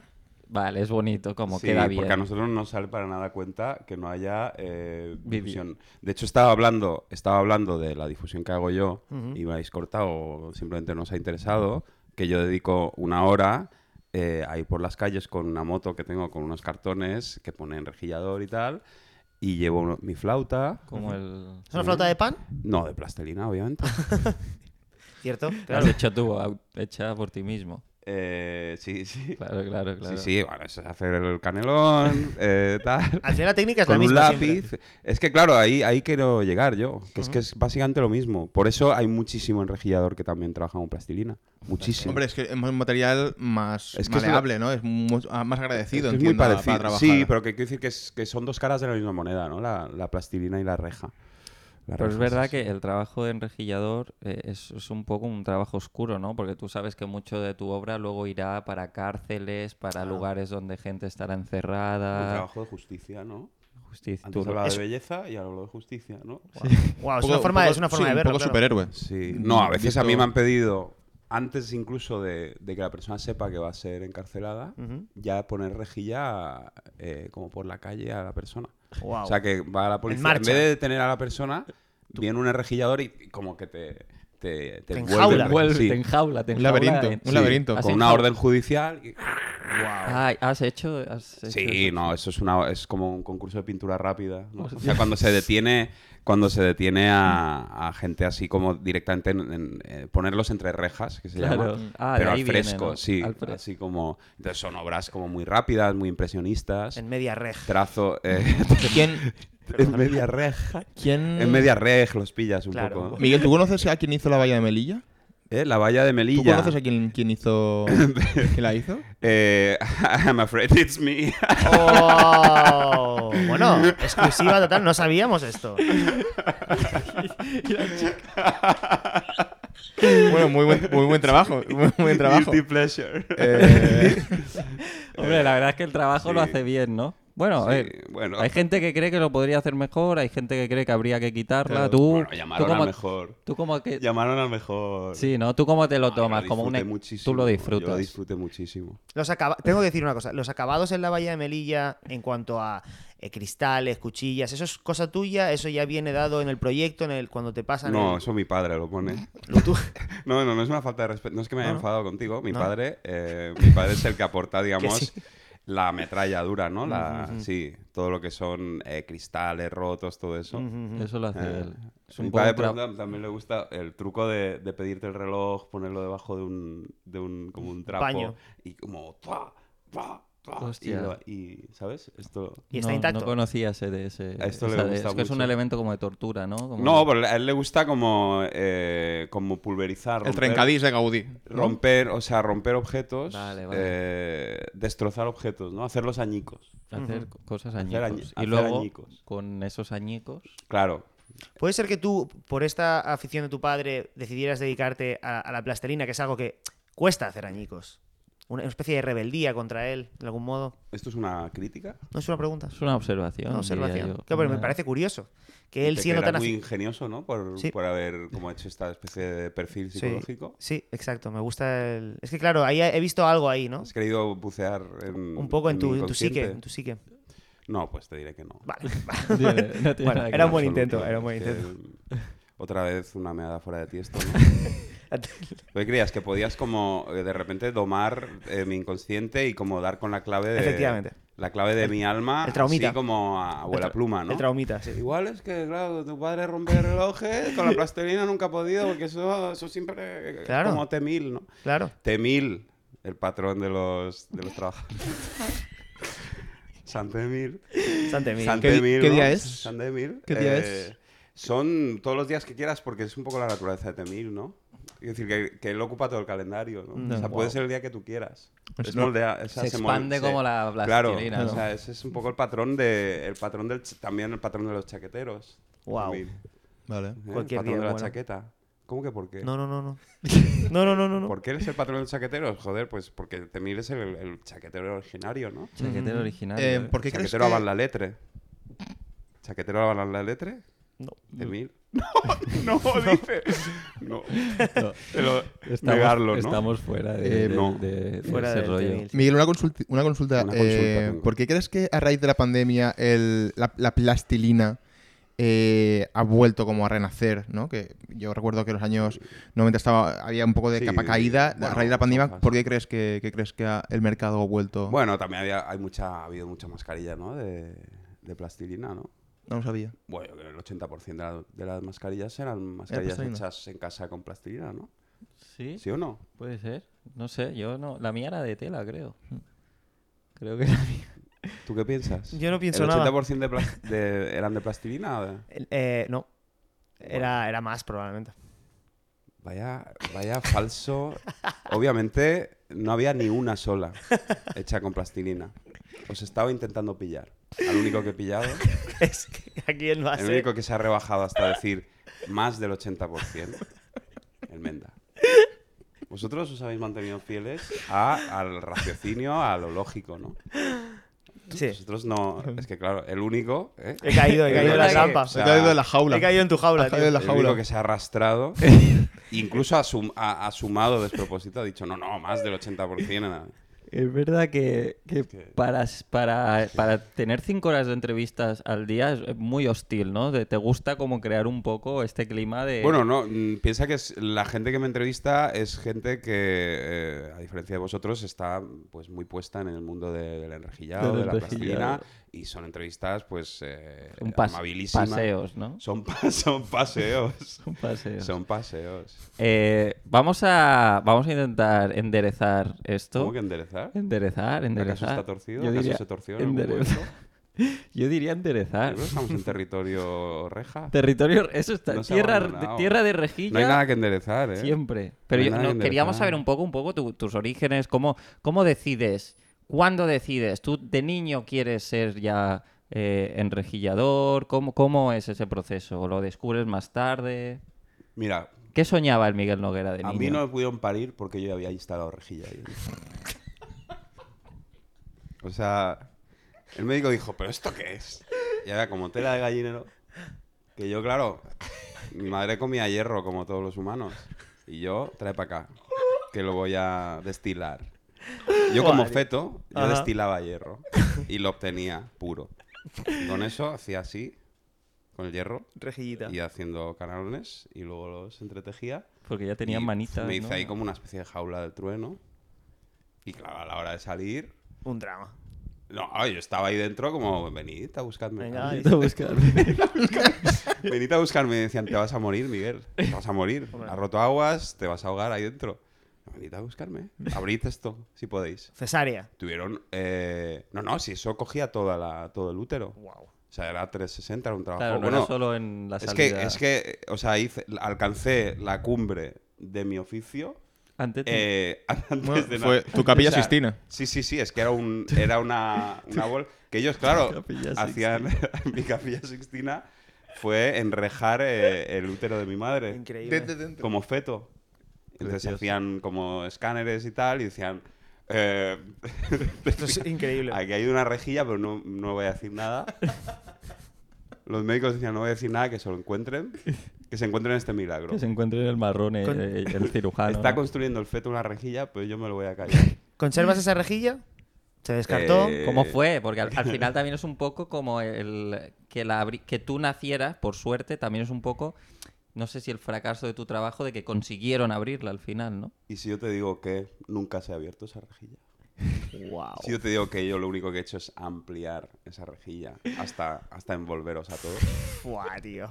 Vale, es bonito, como
Sí,
queda
porque a
bien.
nosotros no nos sale para nada cuenta que no haya eh,
Vídeo.
difusión. De hecho, estaba hablando, estaba hablando de la difusión que hago yo y me habéis cortado, simplemente no os ha interesado, que yo dedico una hora eh, a ir por las calles con una moto que tengo con unos cartones que ponen rejillador y tal, y llevo uno- mi flauta,
Como el.
¿Es una flauta de pan?
no de plastilina, obviamente.
¿Cierto?
Lo has hecho tú, au- hecha por ti mismo.
Eh, sí, sí.
Claro, claro, claro.
Sí, sí, bueno, eso es hacer el canelón, eh, tal.
Al final la técnica es
con
la
un
misma.
lápiz.
siempre.
Es que claro, ahí, ahí quiero llegar yo, que es que es básicamente lo mismo. Por eso hay muchísimo enrejillador que también trabaja con plastilina. Muchísimo.
Hombre, es que es un material más
Es que es
maleable, ¿no? Es mu- ah, más agradecido,
Es muy
entiendo, a-
parecido.
para trabajar.
sí, pero que quiero decir que, es- que son dos caras de la misma moneda, ¿no? La, la plastilina y la reja. La
Pero es
reja,
verdad
sí,
que el trabajo de enrejillador eh, es, es un poco un trabajo oscuro, ¿no? Porque tú sabes que mucho de tu obra luego irá para cárceles, para lugares donde gente estará
sí. Un
encerrada.
trabajo de justicia, ¿no?
Justicia.
Antes
tú-
hablaba
es-
de belleza y ahora hablo de justicia, ¿no?
Guau, es
poco-
una forma,
poco-
es una forma
sí,
de verlo.
Un poco
claro.
superhéroe.
Sí. No, a veces a mí
Mm, Visto-
me han pedido, antes incluso de, de que la persona sepa que va a ser encarcelada,
Ujú.
ya poner rejilla eh, como por la calle a la persona.
Guau.
O sea, que va a la policía. En
marcha.
vez de detener a la persona, viene un rejillador y como que te, te,
Te
envuelve,
enjaula.
¿no?
Vuelve,
Sí.
te enjaula, te
Un
enjaula
laberinto,
en-
un laberinto.
Has
Con una
enjaula-
orden judicial. y-
Ah, has hecho. has hecho
Sí,
eso.
no, eso es una es como un concurso de pintura rápida. ¿no? O sea, cuando se detiene, cuando se detiene a, a gente así como directamente en- en- eh, ponerlos entre rejas, que se
Claro.
llama.
Ah, de
pero
ahí
al
viene,
fresco,
¿no?
sí.
Al fresco.
Así como. Entonces son obras como muy rápidas, muy impresionistas.
En media red.
Trazo. eh,
¿Quién,
en media reja.
quién...
En media rej los pillas un
Mm. Claro.
poco. ¿no?
Miguel, ¿tú conoces a quién hizo la valla de Melilla?
Eh, La valla de
¿Tú
Melilla.
conoces a quién, quién hizo... ¿Quién la hizo?
Eh, I'm afraid it's me.
Oh, bueno, exclusiva total, no sabíamos esto.
Bueno, muy buen, muy buen trabajo. Muy buen trabajo.
Guilty pleasure.
Eh,
Hombre, la verdad es que el trabajo lo
Sí.
hace bien, ¿no? Bueno, a
Sí,
ver,
bueno.
hay gente que cree que lo podría hacer mejor, hay gente que cree que habría que quitarla.
Claro.
Tú,
Bueno,
tú
llamaron
como,
al mejor.
tú como que,
Llamaron al mejor.
sí, ¿no? Tú cómo te lo
Ay,
tomas, como un,
Ah, disfruté
ex-
muchísimo,
tú lo
Yo lo
disfrutas.
disfruté muchísimo.
Los acaba- Tengo que decir una cosa. Los acabados en la Bahía de Melilla, en cuanto a eh, cristales, cuchillas, eso es cosa tuya, eso ya viene dado en el proyecto, en el cuando te pasan.
No,
el-
eso mi padre lo pone.
lo tu-
No, no, no es una falta de respeto. No es que me haya
No, no.
enfadado contigo. Mi
No.
padre, eh, mi padre es el que aporta, digamos,
sí.
la metralla dura, ¿no? La,
Ujú, ujú.
Sí, todo lo que son eh, cristales rotos, todo eso.
Ujú.
Eso lo hace
Eh,
él. Es
mi
un
padre
poco tra-
por ejemplo, también le gusta el truco de, de pedirte el reloj, ponerlo debajo de un, de un, como un trapo
Paño.
y como ¡tua! ¡tua! ¡tua! y,
Hostia.
lo- y, ¿sabes? Esto
Y está
no,
intacto.
No conocía ese de ese.
A esto le
esa de-
gusta
es que es un
mucho.
elemento como de tortura, ¿no? Como-
No, pero a él le gusta como, eh, como pulverizar.
el
romper-
trencadís de Gaudí.
Romper, o sea, romper objetos,
Vale, vale.
eh, destrozar objetos, ¿no? Hacerlos añicos.
hacer cosas
Hacer
añicos.
añi-
y
hacer
luego,
añicos.
con esos añicos,
Claro.
Puede ser que tú, por esta afición de tu padre, decidieras dedicarte a, a la plastelina, que es algo que cuesta hacer añicos. Una especie de rebeldía contra él, de algún modo.
¿Esto es una crítica?
No es una pregunta,
es una observación.
una observación.
diría yo.
Claro, pero me
Una-
parece curioso que él
De que
siendo
era
tan
muy
afi-
ingenioso, ¿no? Por,
Sí.
por haber como hecho esta especie de perfil
Sí.
psicológico.
Sí, exacto. Me gusta el. Es que claro, ahí he visto algo ahí, ¿no?
¿Has querido bucear en,
Un poco en
mi
tu, en tu psique.
inconsciente?
En tu psique.
No, pues te diré que no.
Vale.
No tiene- no tiene
Bueno,
nada que
era un
ver.
buen intento,
Absolutamente.
era un buen
Es que, Otra vez una meada fuera de tiesto. ¿no? ¿Tú creías que podías como eh, de repente domar eh, mi inconsciente y como dar con la clave de...
Efectivamente.
La clave de mi alma,
el traumita.
así como a abuela
El tra-
pluma, ¿no?
El traumita, sí.
Igual es que, claro, tu padre romper relojes con la plastelina nunca ha podido, porque eso, eso siempre
Claro.
es como T-1000, ¿no?
Claro.
T-1000, el patrón de los, de los trabajadores. San T-1000.
Santemil.
San
¿Qué di-
Temil,
qué
¿no?
día es?
San Temil,
¿Qué día
eh,
es?
Son todos los días que quieras porque es un poco la naturaleza de Temil, ¿no? Es decir, que, que él ocupa todo el calendario, ¿no?
No.
o sea,
Wow.
puede ser el día que tú quieras. Es
no-
moldea- o sea,
se
mol-
expande como la
Claro,
plastilina,
o
¿no?
sea, ese es un poco el patrón de, el patrón del, ch- también el patrón de los chaqueteros.
Guau.
Temil, ¿eh?
Vale.
El
Cualquier
patrón
día
de la
bueno.
chaqueta. ¿Cómo que por qué?
No, no, no, no. No, no, no, no. no.
¿Por qué eres el patrón de los chaqueteros? Joder, pues porque Temil es el, el chaquetero originario, ¿no?
Chaquetero original.
Eh,
¿no?
¿Por qué crees que...?
Chaquetero a la letre. ¿Chaquetero a la letre?
No.
¿De mil? No, no, dice. No. Pero
Estamos,
negarlo, ¿no?
estamos fuera de,
Eh,
de-
no.
de- de
Fuera
ese
del
rollo.
T-1000.
Miguel, una, consulti- una consulta.
Una consulta
eh,
tengo.
¿Por qué crees que a raíz de la pandemia el- la, la plastilina eh, ha vuelto como a renacer? ¿no? Que yo recuerdo que en los años 90 estaba, había un poco de
Sí,
capa caída.
bueno,
a raíz de la pandemia,
hojas.
¿por qué crees que, que crees que ha- el mercado ha vuelto?
Bueno, también había, hay mucha, ha habido mucha mascarilla, ¿no? De, de plastilina, ¿no?
no lo sabía.
Bueno, yo creo que el 80% de, la- de las mascarillas eran mascarillas
plastilina.
hechas en casa con plastilina, ¿no?
¿Sí?
¿Sí o no?
puede ser. No sé, yo no. La mía era de tela, creo. Creo que la mía.
¿Tú qué piensas?
Yo no pienso
¿El
nada.
80% de plas- de- eran de plastilina? o de-
El- eh, no. Era, era más, probablemente.
Vaya, vaya falso. Obviamente no había ni una sola hecha con plastilina. Os estaba intentando pillar. Al único que he pillado,
Es que aquí él no
el
hace.
único que se ha rebajado hasta decir más del 80%, el Menda. Vosotros os habéis mantenido fieles a- al raciocinio, a lo lógico, ¿no?
Sí.
Vosotros no... Es que claro, el único... ¿eh?
He caído, he
El
caído en
único
la
que-
trampa.
o sea,
He caído de la jaula.
He caído en tu jaula,
Ha caído
tío.
en la
el
jaula.
único que se ha arrastrado, incluso ha, sum- ha- ha sumado despropósito, ha dicho, no, no, más del 80%. nada".
Es verdad que, que
que-
para, s- para, para tener cinco horas de entrevistas al día es es muy hostil, ¿no? De- te gusta como crear un poco este clima de...
Bueno, no, mm, piensa que es- la gente que me entrevista es gente que, eh, a diferencia de vosotros, está pues muy puesta en el mundo de- del enrejillado,
Del
de la
enrejillado.
plastilina, y son entrevistas pues eh,
un pas-
amabilísimas.
paseos, ¿no?
Son, pa- son paseos.
Un paseo.
son paseos.
Eh, vamos, a, vamos a intentar enderezar esto.
¿Cómo que enderezar?
Enderezar,
¿Acaso
enderezar.
está torcido?
Yo
¿Acaso
diría,
se torció en algún
enderezar.
momento?
Yo diría
Yo
enderezar.
creo que Estamos en territorio reja.
Territorio, eso está,
No se ha
tierra, de,
abandonado.
tierra de rejilla.
No hay nada que enderezar, ¿eh?
Siempre. Pero
hay
yo-
nada
no,
que
queríamos
enderezar.
saber un poco, un poco tu- tus orígenes, cómo, cómo decides, cuándo decides. ¿Tú de niño quieres ser ya eh, enrejillador? ¿Cómo, ¿Cómo es ese proceso? ¿Lo descubres más tarde?
Mira,
¿Qué soñaba el Miguel Noguera de
a
niño?
mí no me pudieron parir porque yo ya había instalado rejilla ahí. O sea, el médico dijo, ¿pero esto qué es? Y había como tela de gallinero. Que yo, claro, mi madre comía hierro como todos los humanos. Y yo, trae para acá, que lo voy a destilar. Yo como feto, yo
Ajá.
destilaba hierro. Y lo obtenía puro. Y con eso hacía así, con el hierro.
Rejillita.
Y haciendo canalones. Y luego los entretejía.
Porque ya tenían
Y
manitas.
Me hice
¿no?
ahí como una especie de jaula del trueno. Y claro, a la hora de salir.
Un drama.
No, ay, yo estaba ahí dentro como, venid a buscarme.
Venga,
venid,
ahí.
venid a buscarme. Y decían, te vas a morir, Miguel. Te vas a morir.
Hombre.
Has roto aguas, te vas a ahogar ahí dentro. Venid a buscarme. Abrid esto, si podéis.
Cesárea.
Tuvieron... eh, No, no, si eso cogía toda la, todo el útero. O
Wow.
sea, era 360, era un trabajo...
Claro, no
bueno,
era solo en la
es, que,
salida.
es que, o sea, hice- alcancé la cumbre de mi oficio
Antes de-
Eh, antes
Bueno,
de
fue
nada.
tu Capilla Sixtina.
Sí, sí, sí, es que era, un, era una, una bol- Que ellos, claro,
Capilla
hacían. mi capilla Sixtina fue enrejar eh, el útero de mi madre.
Increíble.
Como feto. Entonces
Precioso.
hacían como escáneres y tal, y decían. eh,
Esto es increíble.
aquí hay una rejilla, pero no, no voy a decir nada. Los médicos decían, no voy a decir nada, que se lo encuentren. Que se encuentren este milagro.
que se encuentre en el marrón eh,
Con-
eh, el cirujano.
Está
¿no?
construyendo el feto una rejilla, pero yo me lo voy a callar.
¿Conservas esa rejilla? ¿Se descartó?
Eh,
¿Cómo fue? Porque al, al final también es un poco como el que, la, abri- que tú nacieras, por suerte, también es un poco, no sé si el fracaso de tu trabajo de que consiguieron abrirla al final, ¿no?
¿Y si yo te digo que nunca se ha abierto esa rejilla?
Wow.
Ah,
Si yo te digo que yo lo único que he hecho es ampliar esa rejilla hasta, hasta envolveros a todos.
Buah, tío.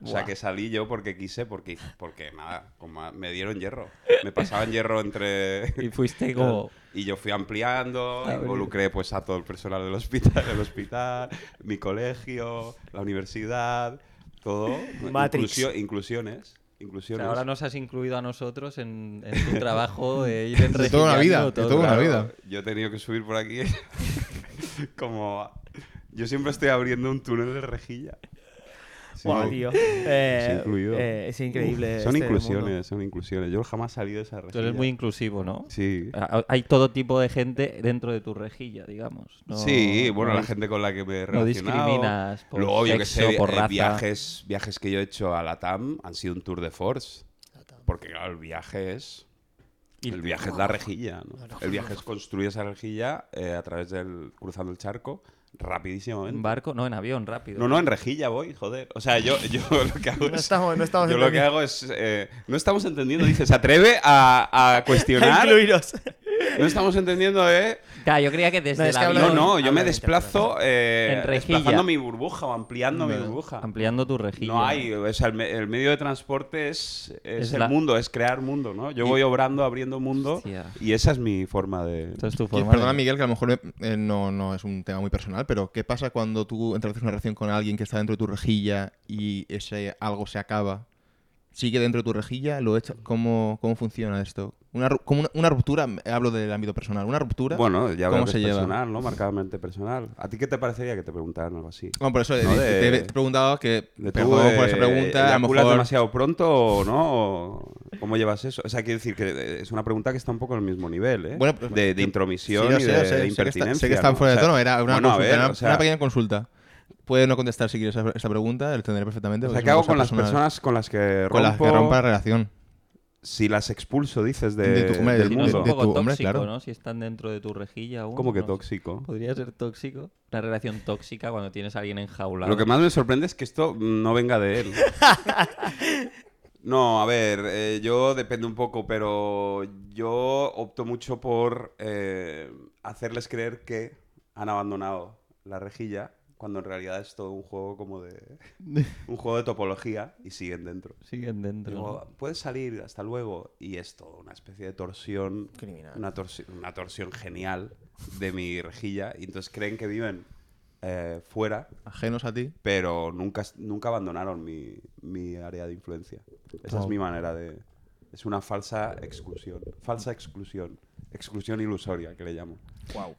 O sea,
Buah.
que salí yo porque quise, porque, porque nada, como a- me dieron hierro. Me pasaban hierro entre...
Y fuiste como...
Y yo fui ampliando,
Abrió.
involucré pues a todo el personal del hospital, el hospital, mi colegio, la universidad, todo.
Matrix.
Inclusio- inclusiones. Inclusiones.
ahora nos has incluido a nosotros en, en tu trabajo de ir en
De toda una vida, de toda una
Claro,
vida.
Yo he tenido que subir por aquí. como. Yo siempre estoy abriendo un túnel de rejilla. Sí,
Buah,
no.
tío. Eh,
Es incluido.
eh, es increíble.
Uf, son eh.
este
inclusiones,
mundo.
son inclusiones. Yo jamás salí de esa rejilla.
Tú eres muy inclusivo, ¿no?
Sí.
Ah, Hay todo tipo de gente dentro de tu rejilla, digamos. No-
sí, bueno,
no
la
hay-
gente con la que me he
no
relacionado.
discriminas por
Luego, yo que
sexo,
sé,
por
eh,
raza.
viajes, viajes que yo he hecho a la TAM han sido un tour de force. Porque, claro, el viaje es. El viaje es la rejilla, ¿no? El viaje es construir esa rejilla eh, a través del. cruzando el charco rapidísimamente.
En barco, no, en avión, rápido.
No, no, en rejilla voy, joder. O sea, yo, yo lo que hago es.
No estamos, no estamos
yo lo que
entendiendo.
hago es. eh, no estamos entendiendo, dice, se atreve a, a
A
cuestionar.
incluiros.
No estamos entendiendo, ¿eh?
Claro, yo creía que desde
No,
el
es que
avión...
No,
Habla-
no, yo
habla
me
de
desplazo eh,
En rejilla.
desplazando mi burbuja o ampliando mi burbuja.
Ampliando tu rejilla.
No hay, o sea, el, me- el medio de transporte es, es
Es
el
la-
mundo, es crear mundo, ¿no? Yo voy obrando, abriendo mundo
Hostia.
y esa es mi forma de...
Esa es tu
Que-
forma
Perdona,
de-
Miguel, que a lo mejor eh, no, no es un tema muy personal, pero ¿qué pasa cuando tú estableces una relación con alguien que está dentro de tu rejilla y ese algo se acaba? ¿Sigue dentro de tu rejilla? ¿Lo echa? ¿Cómo, cómo funciona esto? Una, ru- como una, una ruptura, hablo del ámbito personal, una ruptura.
Bueno, ya veo
¿Cómo
que
se
es
lleva?
personal, ¿no? Marcadamente personal. ¿A ti qué te parecería que te preguntaran algo así?
Bueno, por eso eh,
No,
te-
de-
te, te he preguntado que.
De tú,
perdón por
eh,
esa pregunta. A lo
¿eyaculas
mejor.
demasiado pronto o no? ¿O ¿Cómo llevas eso? O sea, quiero decir que eh, es una pregunta que está un poco al mismo nivel, ¿eh?
Bueno,
de, de
que-
intromisión
Sí, lo
y de,
sé,
de
lo sé, sé que está-
impertinencia.
Sé que están
¿no?
fuera
O
de
sea,
tono, era una,
bueno, a
consulta,
ver,
era
o sea,
una pequeña consulta. Puede no contestar si quieres esa, esa pregunta, lo entenderé perfectamente.
O sea,
porque es
¿qué
una
hago
cosa
con las
personal.
personas con las que rompo?
con las que rompa la relación?
si las expulso, dices, de-
De tu- hombre,
del
de-
no, es
mundo.
un poco
de tu-
tóxico,
hombre, claro.
¿no? Si están dentro de tu rejilla aún.
Como que
no sé.
tóxico.
Podría ser tóxico. Una relación tóxica cuando tienes a alguien enjaulado.
Lo que más me sorprende es que esto no venga de él. No, a ver, eh, yo depende un poco, pero yo opto mucho por eh, hacerles creer que han abandonado la rejilla, cuando en realidad es todo un juego como de... un juego de topología y siguen dentro.
Siguen dentro.
Digo, puedes salir, hasta luego. Y es todo una especie de torsión.
Criminal.
Una, torsi- una torsión genial de mi rejilla. Y entonces creen que viven eh, fuera,
Ajenos a ti.
pero nunca, nunca abandonaron mi, mi área de influencia. Esa es
Wow.
mi manera de. Es una falsa exclusión. Falsa exclusión. Exclusión ilusoria, que le llamo.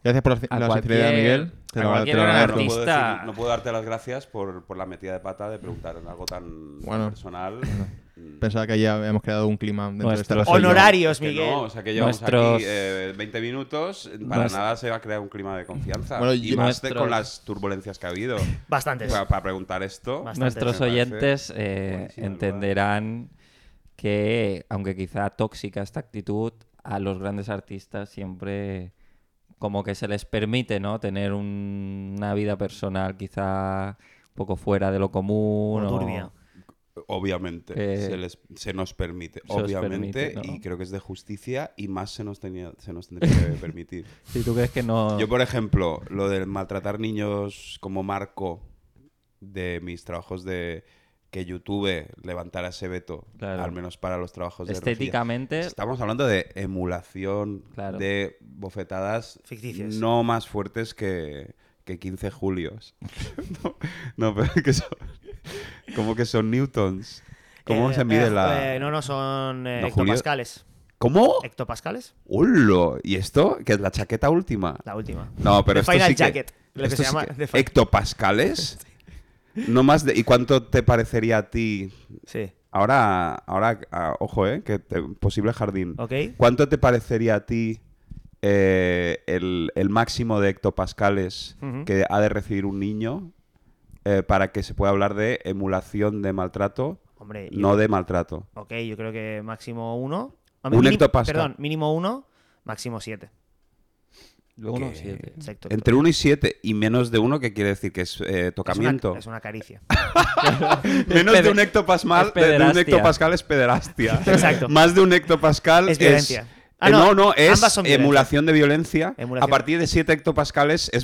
Gracias por la,
A
la
cualquier-
sinceridad, Miguel. Te
a
lo, te
cualquier
lo
gran
agradezco.
no, puedo
artista.
decir- no puedo darte las gracias por, por la metida de pata de preguntar en algo tan
Bueno.
personal. Mm.
Pensaba que ya habíamos creado un clima dentro de
Nuestro-
esta relación.
Honorarios,
Que
Miguel.
No, o sea que llevamos
Nuestros-
aquí eh, 20 minutos, para
Nuestro-
nada se va a crear un clima de confianza.
Bueno,
y
yo-
más de-
Nuestros-
con las turbulencias que ha habido.
Bastantes.
Para, para preguntar esto,
Bastante.
Nuestros
Me parece
oyentes eh,
buenísimo, de
entenderán que, aunque quizá tóxica esta actitud, a los grandes artistas siempre como que se les permite, ¿no? Tener un- una vida personal quizá un poco fuera de lo común.
O
o-
turbia.
obviamente,
Eh,
se, les- se nos permite.
se os
obviamente,
permite, ¿no?
y creo que es de justicia, y más se nos, tenía, se nos tendría que permitir.
Si tú crees que no...
Yo, por ejemplo, lo de maltratar niños como marco de mis trabajos de que YouTube levantara ese veto,
Claro.
al menos para los trabajos de rejilla.
Estéticamente,
Estamos hablando de emulación
Claro.
de bofetadas
Ficticias.
no más fuertes que, que 15 julios. no, no, pero es que son como que son newtons. ¿Cómo
Eh,
se mide
eh,
la...?
eh, no, no, son eh,
¿No, Julio?
hectopascales.
¿Cómo?
¿Hectopascales?
¡Hola! ¿Y esto? ¿Que es la chaqueta última?
La última.
No, pero
The
esto
Final
sí que-
Jacket, lo que
esto
se
sí
llama
que-
The Final-
¿Hectopascales? No más de... ¿Y cuánto te parecería a ti?
Sí.
Ahora, ahora ah, ojo, ¿eh? Que te- posible jardín.
¿Ok?
¿Cuánto te parecería a ti eh, el, el máximo de hectopascales
Ujú.
que ha de recibir un niño eh, para que se pueda hablar de emulación de maltrato,
Hombre, yo-
no de maltrato?
ok, yo creo que máximo uno.
Un
Mínimo-
hectopascal.
Perdón, mínimo uno, máximo siete.
luego unos
que-
siete.
Exacto.
Entre 1 y 7 y menos de uno, ¿qué quiere decir? Que es eh,
es una,
tocamiento.
es una caricia.
Menos
Es
de un
pede-
hectopasmal,
es
de, de un
pederastia.
hectopascal es pederastia.
Exacto.
Más de un hectopascal
Es violencia. Ah,
eh, no, no,
no,
es
ambas son violencia.
emulación de violencia.
Emulación.
A partir de 7 hectopascales es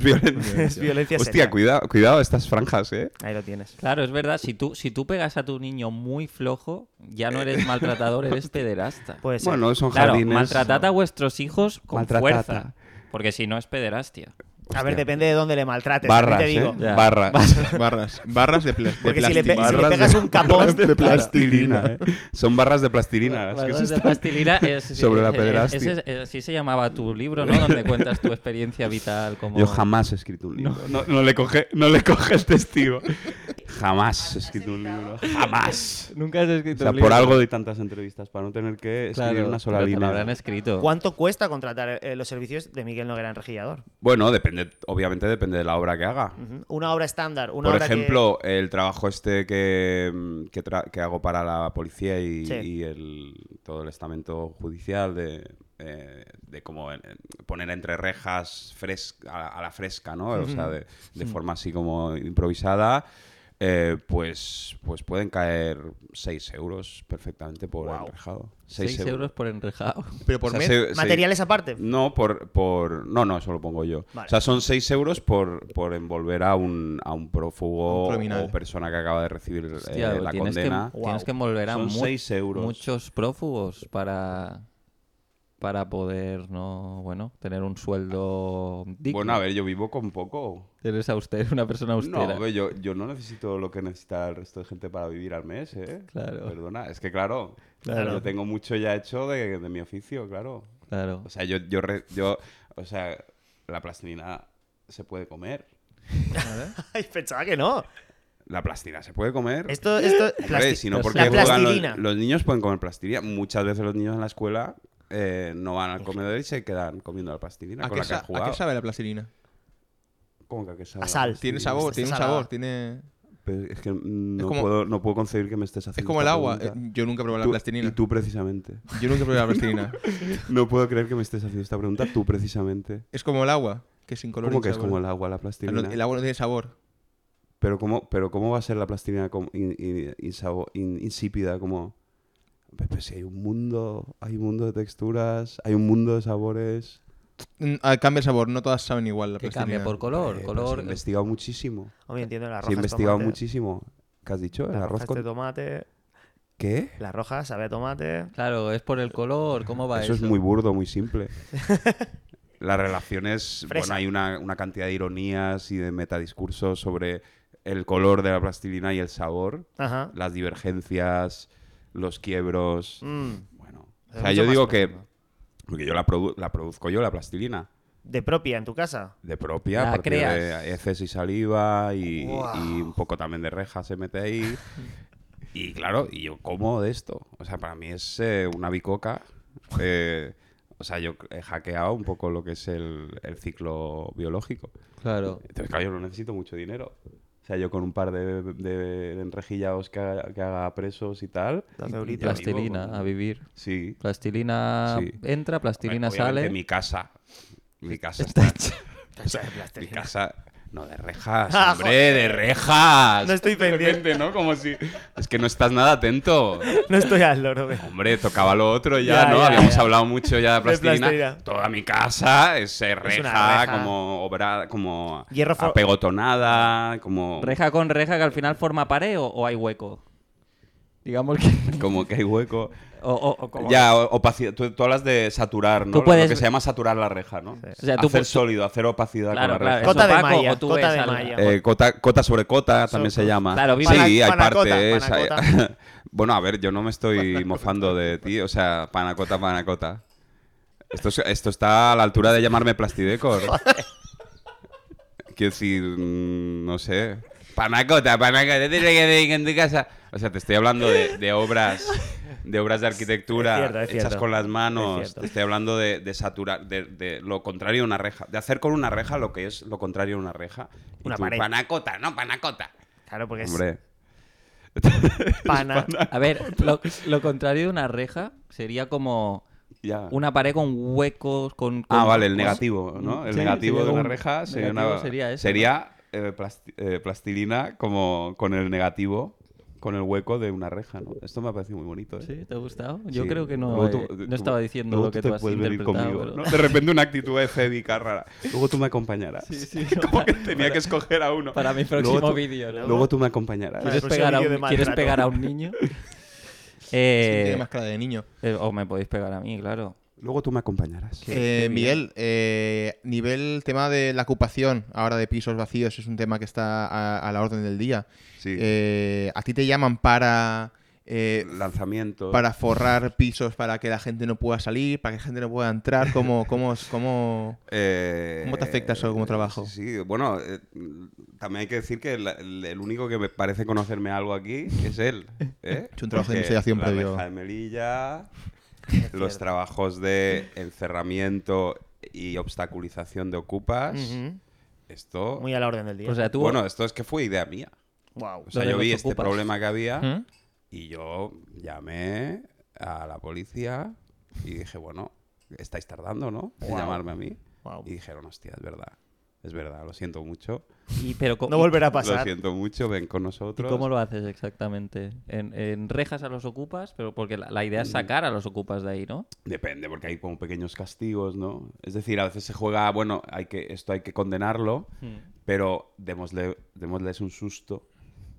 violencia.
Es violencia
Hostia,
seria.
cuidado, cuidado estas franjas, ¿eh?
Ahí lo tienes.
Claro, es verdad, si tú, si tú pegas a tu niño muy flojo, ya no eres maltratador, eres pederasta.
Puede ser.
Bueno, son
Claro,
jardines.
maltratad a vuestros hijos con
Maltratad.
fuerza. Porque si no es pederastia.
a
hostia.
ver, depende de dónde le maltrates. también
Barras,
te digo.
¿eh?
Ya.
Barras.
Barras. Barras de, pla- de
Porque si le pe-
plástico.
si le
Barras
pegas
de-
un capón-
barras de
Claro.
plastilina, ¿eh? Son barras de plastilina. es que
Barras
eso
de
está-
plastilina es-
sobre la
es- es-
pederastia.
ese es- eh, así se llamaba tu libro, ¿no? Donde cuentas tu experiencia vital como...
Yo jamás he escrito un libro. No, no le, coge, no le coge el testigo. Jamás he escrito un libro. Jamás.
Nunca has
O
escrito
sea,
un
por
libro.
algo doy tantas entrevistas, para no tener que escribir
Claro,
una sola
pero te lo habrán
línea.
escrito.
¿Cuánto cuesta contratar eh, los servicios de Miguel Noguera en Regillador?
Bueno, depende, obviamente depende de la obra que haga.
Ujú. Una obra estándar. Una
Por
obra que-
ejemplo, el trabajo este que, mm, que, tra- que hago para la policía y,
Sí.
y el, todo el estamento judicial de, eh, de cómo eh, poner entre rejas fres- a, la, a la fresca, ¿no? O sea, de,
Mm.
de forma así como improvisada, eh, pues, pues pueden caer 6 euros perfectamente por
Guau.
enrejado.
6
6
euros. por enrejado.
Pero por
O sea,
mes.
se- se-
¿Materiales aparte?
no, por, por. No, no, eso lo pongo yo.
Vale.
O sea, son 6 euros por, por envolver a un, a un prófugo
Un criminal.
o persona que acaba de recibir eh,
Hostia,
la
tienes, que,
condena.
tienes que envolver a
Son
mu-
seis euros.
muchos prófugos para, para poder, ¿no? Bueno, tener un sueldo digno.
Bueno, a ver, yo vivo con poco.
Eres austero, una persona
No,
austera.
hombre, yo, yo no necesito lo que necesita el resto de gente para vivir al mes, ¿eh?
Claro.
Perdona, es que claro,
Claro.
yo tengo mucho ya hecho de, de mi oficio, claro.
Claro.
O sea, yo, yo, re- yo, o sea, la plastilina se puede comer.
Ay, pensaba que no.
La plastilina se puede comer.
Esto, esto.
Hombre,
plasti-
si no,
la
porque
la
juegan los-
plastilina.
Los, niños pueden comer plastilina. Muchas veces los niños en la escuela eh, no van al comedor y se quedan comiendo la plastilina
¿A
con
qué,
la que
sa-
han
a
jugado.
qué sabe la plastilina?
¿Cómo que a qué sabe?
A
la
sal.
plastilina?
Tiene sabor,
está
tiene un
salada.
sabor, tiene...
Pero es que no,
como-
puedo, no puedo concebir que me estés haciendo.
Es como el
esta
agua.
pregunta.
Eh, Yo nunca probé la
Tú-
plastilina.
Y tú precisamente.
Yo nunca probé la plastilina.
No puedo creer que me estés haciendo esta pregunta tú precisamente.
Es como el agua, que es sin color.
¿Cómo
ni
que es
sabor.
como el agua la
Ah,
plastilina?
no, El agua no tiene sabor.
Pero cómo, pero cómo va a ser la plastilina como in- in- insabo- in- insípida, como Pues, pues, si hay un mundo, hay un mundo de texturas, hay un mundo de sabores.
Mm, ah, Cambia el sabor, no todas saben igual la
Que
plastilina.
cambia por color,
Eh, pues, he
color.
investigado muchísimo.
Hombre, entiendo las
Sí, he
rojas.
investigado
tomate.
muchísimo. ¿Qué has dicho? El
Las
arroz
rojas
con
de tomate.
¿Qué?
Las rojas sabe a tomate.
Claro, es por el color, ¿cómo va
Eso
eso?
es muy burdo, muy simple. La relación es.
Fresa.
Bueno, hay una, una cantidad de ironías y de metadiscursos sobre el color de la plastilina y el sabor,
Ajá.
las divergencias, los quiebros.
Mm,
Bueno.
Es
O sea,
mucho
yo
más
digo que.
profundo.
Porque yo la, produ- la produzco yo, la plastilina.
De propia en tu casa.
De propia,
La
a partir
Ah, creas.
de heces y saliva y,
Guau.
y un poco también de reja se mete ahí. y claro, y yo como de esto. O sea, para mí es eh, una bicoca. Eh, o sea, yo he hackeado un poco lo que es el, el ciclo biológico.
Claro.
Entonces, claro, yo no necesito mucho dinero. O sea, yo con un par de, de enrejillados que haga, que haga presos y tal.
Dos
ya
euritos.
vivo
Plastilina,
con-
a vivir.
Sí.
Plastilina
Sí.
entra, plastilina
Obviamente,
sale.
mi casa. Mi casa
Está
está
hecha.
Mi casa. No, de rejas,
Ah,
hombre, de rejas.
No estoy
De repente, ¿no? Como si. Es que no estás nada atento.
No estoy al loro, ve.
Hombre, tocaba lo otro ya,
Ya,
¿no?
ya,
Habíamos
ya.
hablado mucho ya de plastilina.
plastilina.
Toda mi casa es eh,
Es una
reja,
reja.
como obra, como
Hierro fo-
apegotonada, como,
Reja con reja que al final forma pared o, o hay hueco. Digamos que.
como que hay hueco.
O, o- o como-
Ya, o- opacidad. Tú, tú hablas de saturar,
Tú
¿no?
puedes-
Lo que se llama saturar la reja, ¿no?
O sea, tú
hacer
pu-
sólido, hacer opacidad con
Claro,
la
claro,
reja.
eso
Cota de
opaco,
malla,
o tú
cota
ves
de
algo.
malla.
Eh, cota, cota sobre cota también se llama.
Claro,
sí,
viva la-
hay
panacota,
parte. ¿eh?
panacota.
Hay- bueno, a ver, yo no me estoy mofando de ti. O sea, panacota, panacota. Esto, es- esto está a la altura de llamarme plastidecor. Quiero decir, mm, no sé. Panacota, panacota, te que decir en tu casa. O sea, te estoy hablando de, de obras. De obras de arquitectura
Es cierto, es
hechas
cierto.
con las
Es
manos.
cierto.
Te estoy hablando de, de saturar, de, de lo contrario a una reja. De hacer con una reja lo que es lo contrario a una reja. Y
Una
tú,
pared.
Panacota, no, panacota.
Claro, porque es
Hombre,
pana.
A ver, lo, lo contrario de una reja sería como
ya.
una pared con huecos, con.
Ah,
con-
vale, el
con-
negativo, ¿no? El
Sí,
negativo
sería
de una
un-
reja sería
negativo
una.
sería eso,
sería, eh, plasti- eh, plastilina como con el negativo, con el hueco de una reja, ¿no? Esto me ha parecido muy bonito, ¿eh?
¿Sí? ¿Te ha gustado? Yo
Sí.
creo que no,
Luego tú-
eh,
tú-
no estaba diciendo
luego
lo que
te
tú has
puedes venir
interpretado.
conmigo,
pero-
¿no? De repente una actitud efémica rara. Luego tú me acompañarás. Como que tenía que escoger a uno.
Para mi
Luego
próximo
tú-
vídeo, ¿no?
Luego tú me acompañarás.
Claro.
¿Quieres,
Para el próximo
pegar a,
vídeo
un,
de
¿quieres
maltrato.
pegar a un niño?
Sí,
Eh,
tiene máscara de niño.
eh, o me podéis pegar a mí, claro.
Luego tú me acompañarás.
Eh,
qué bien.
Miguel, eh, nivel tema de la ocupación ahora de pisos vacíos es un tema que está a, a la orden del día.
Sí.
Eh, a ti te llaman para eh,
Lanzamiento.
para forrar pisos para que la gente no pueda salir, para que la gente no pueda entrar. ¿Cómo, cómo, es- cómo...
Eh,
¿Cómo te afecta eso como trabajo?
Sí, sí, bueno, eh, también hay que decir que la- el, el único que me parece conocerme algo aquí es él. ¿eh?
hecho un trabajo de
Porque
investigación
la
previo.
reja de Melilla, los trabajos de encerramiento y obstaculización de ocupas.
Ujú.
Esto.
Muy a la orden del día.
O sea, tú.
Bueno, esto es que fue idea mía.
wow.
O sea,
Lo de
yo vi
los
este
ocupas.
problema que
¿Ah?
había
¿Mm?
y yo llamé a la policía y dije, bueno, estáis tardando, ¿no? En
Guau.
llamarme a mí.
Guau.
Y dijeron, hostia, es verdad. Es verdad, lo siento mucho.
y- pero, co-
No volverá a
Lo
pasar.
siento mucho, ven con
¿Y
nosotros.
cómo lo haces exactamente? ¿En, en rejas a los ocupas? pero Porque la, la idea
Mm.
es sacar a los ocupas de ahí, ¿no?
Depende, porque hay como pequeños castigos, ¿no? Es decir, a veces se juega, bueno, hay que, esto hay que condenarlo, pero démosle, démosles un susto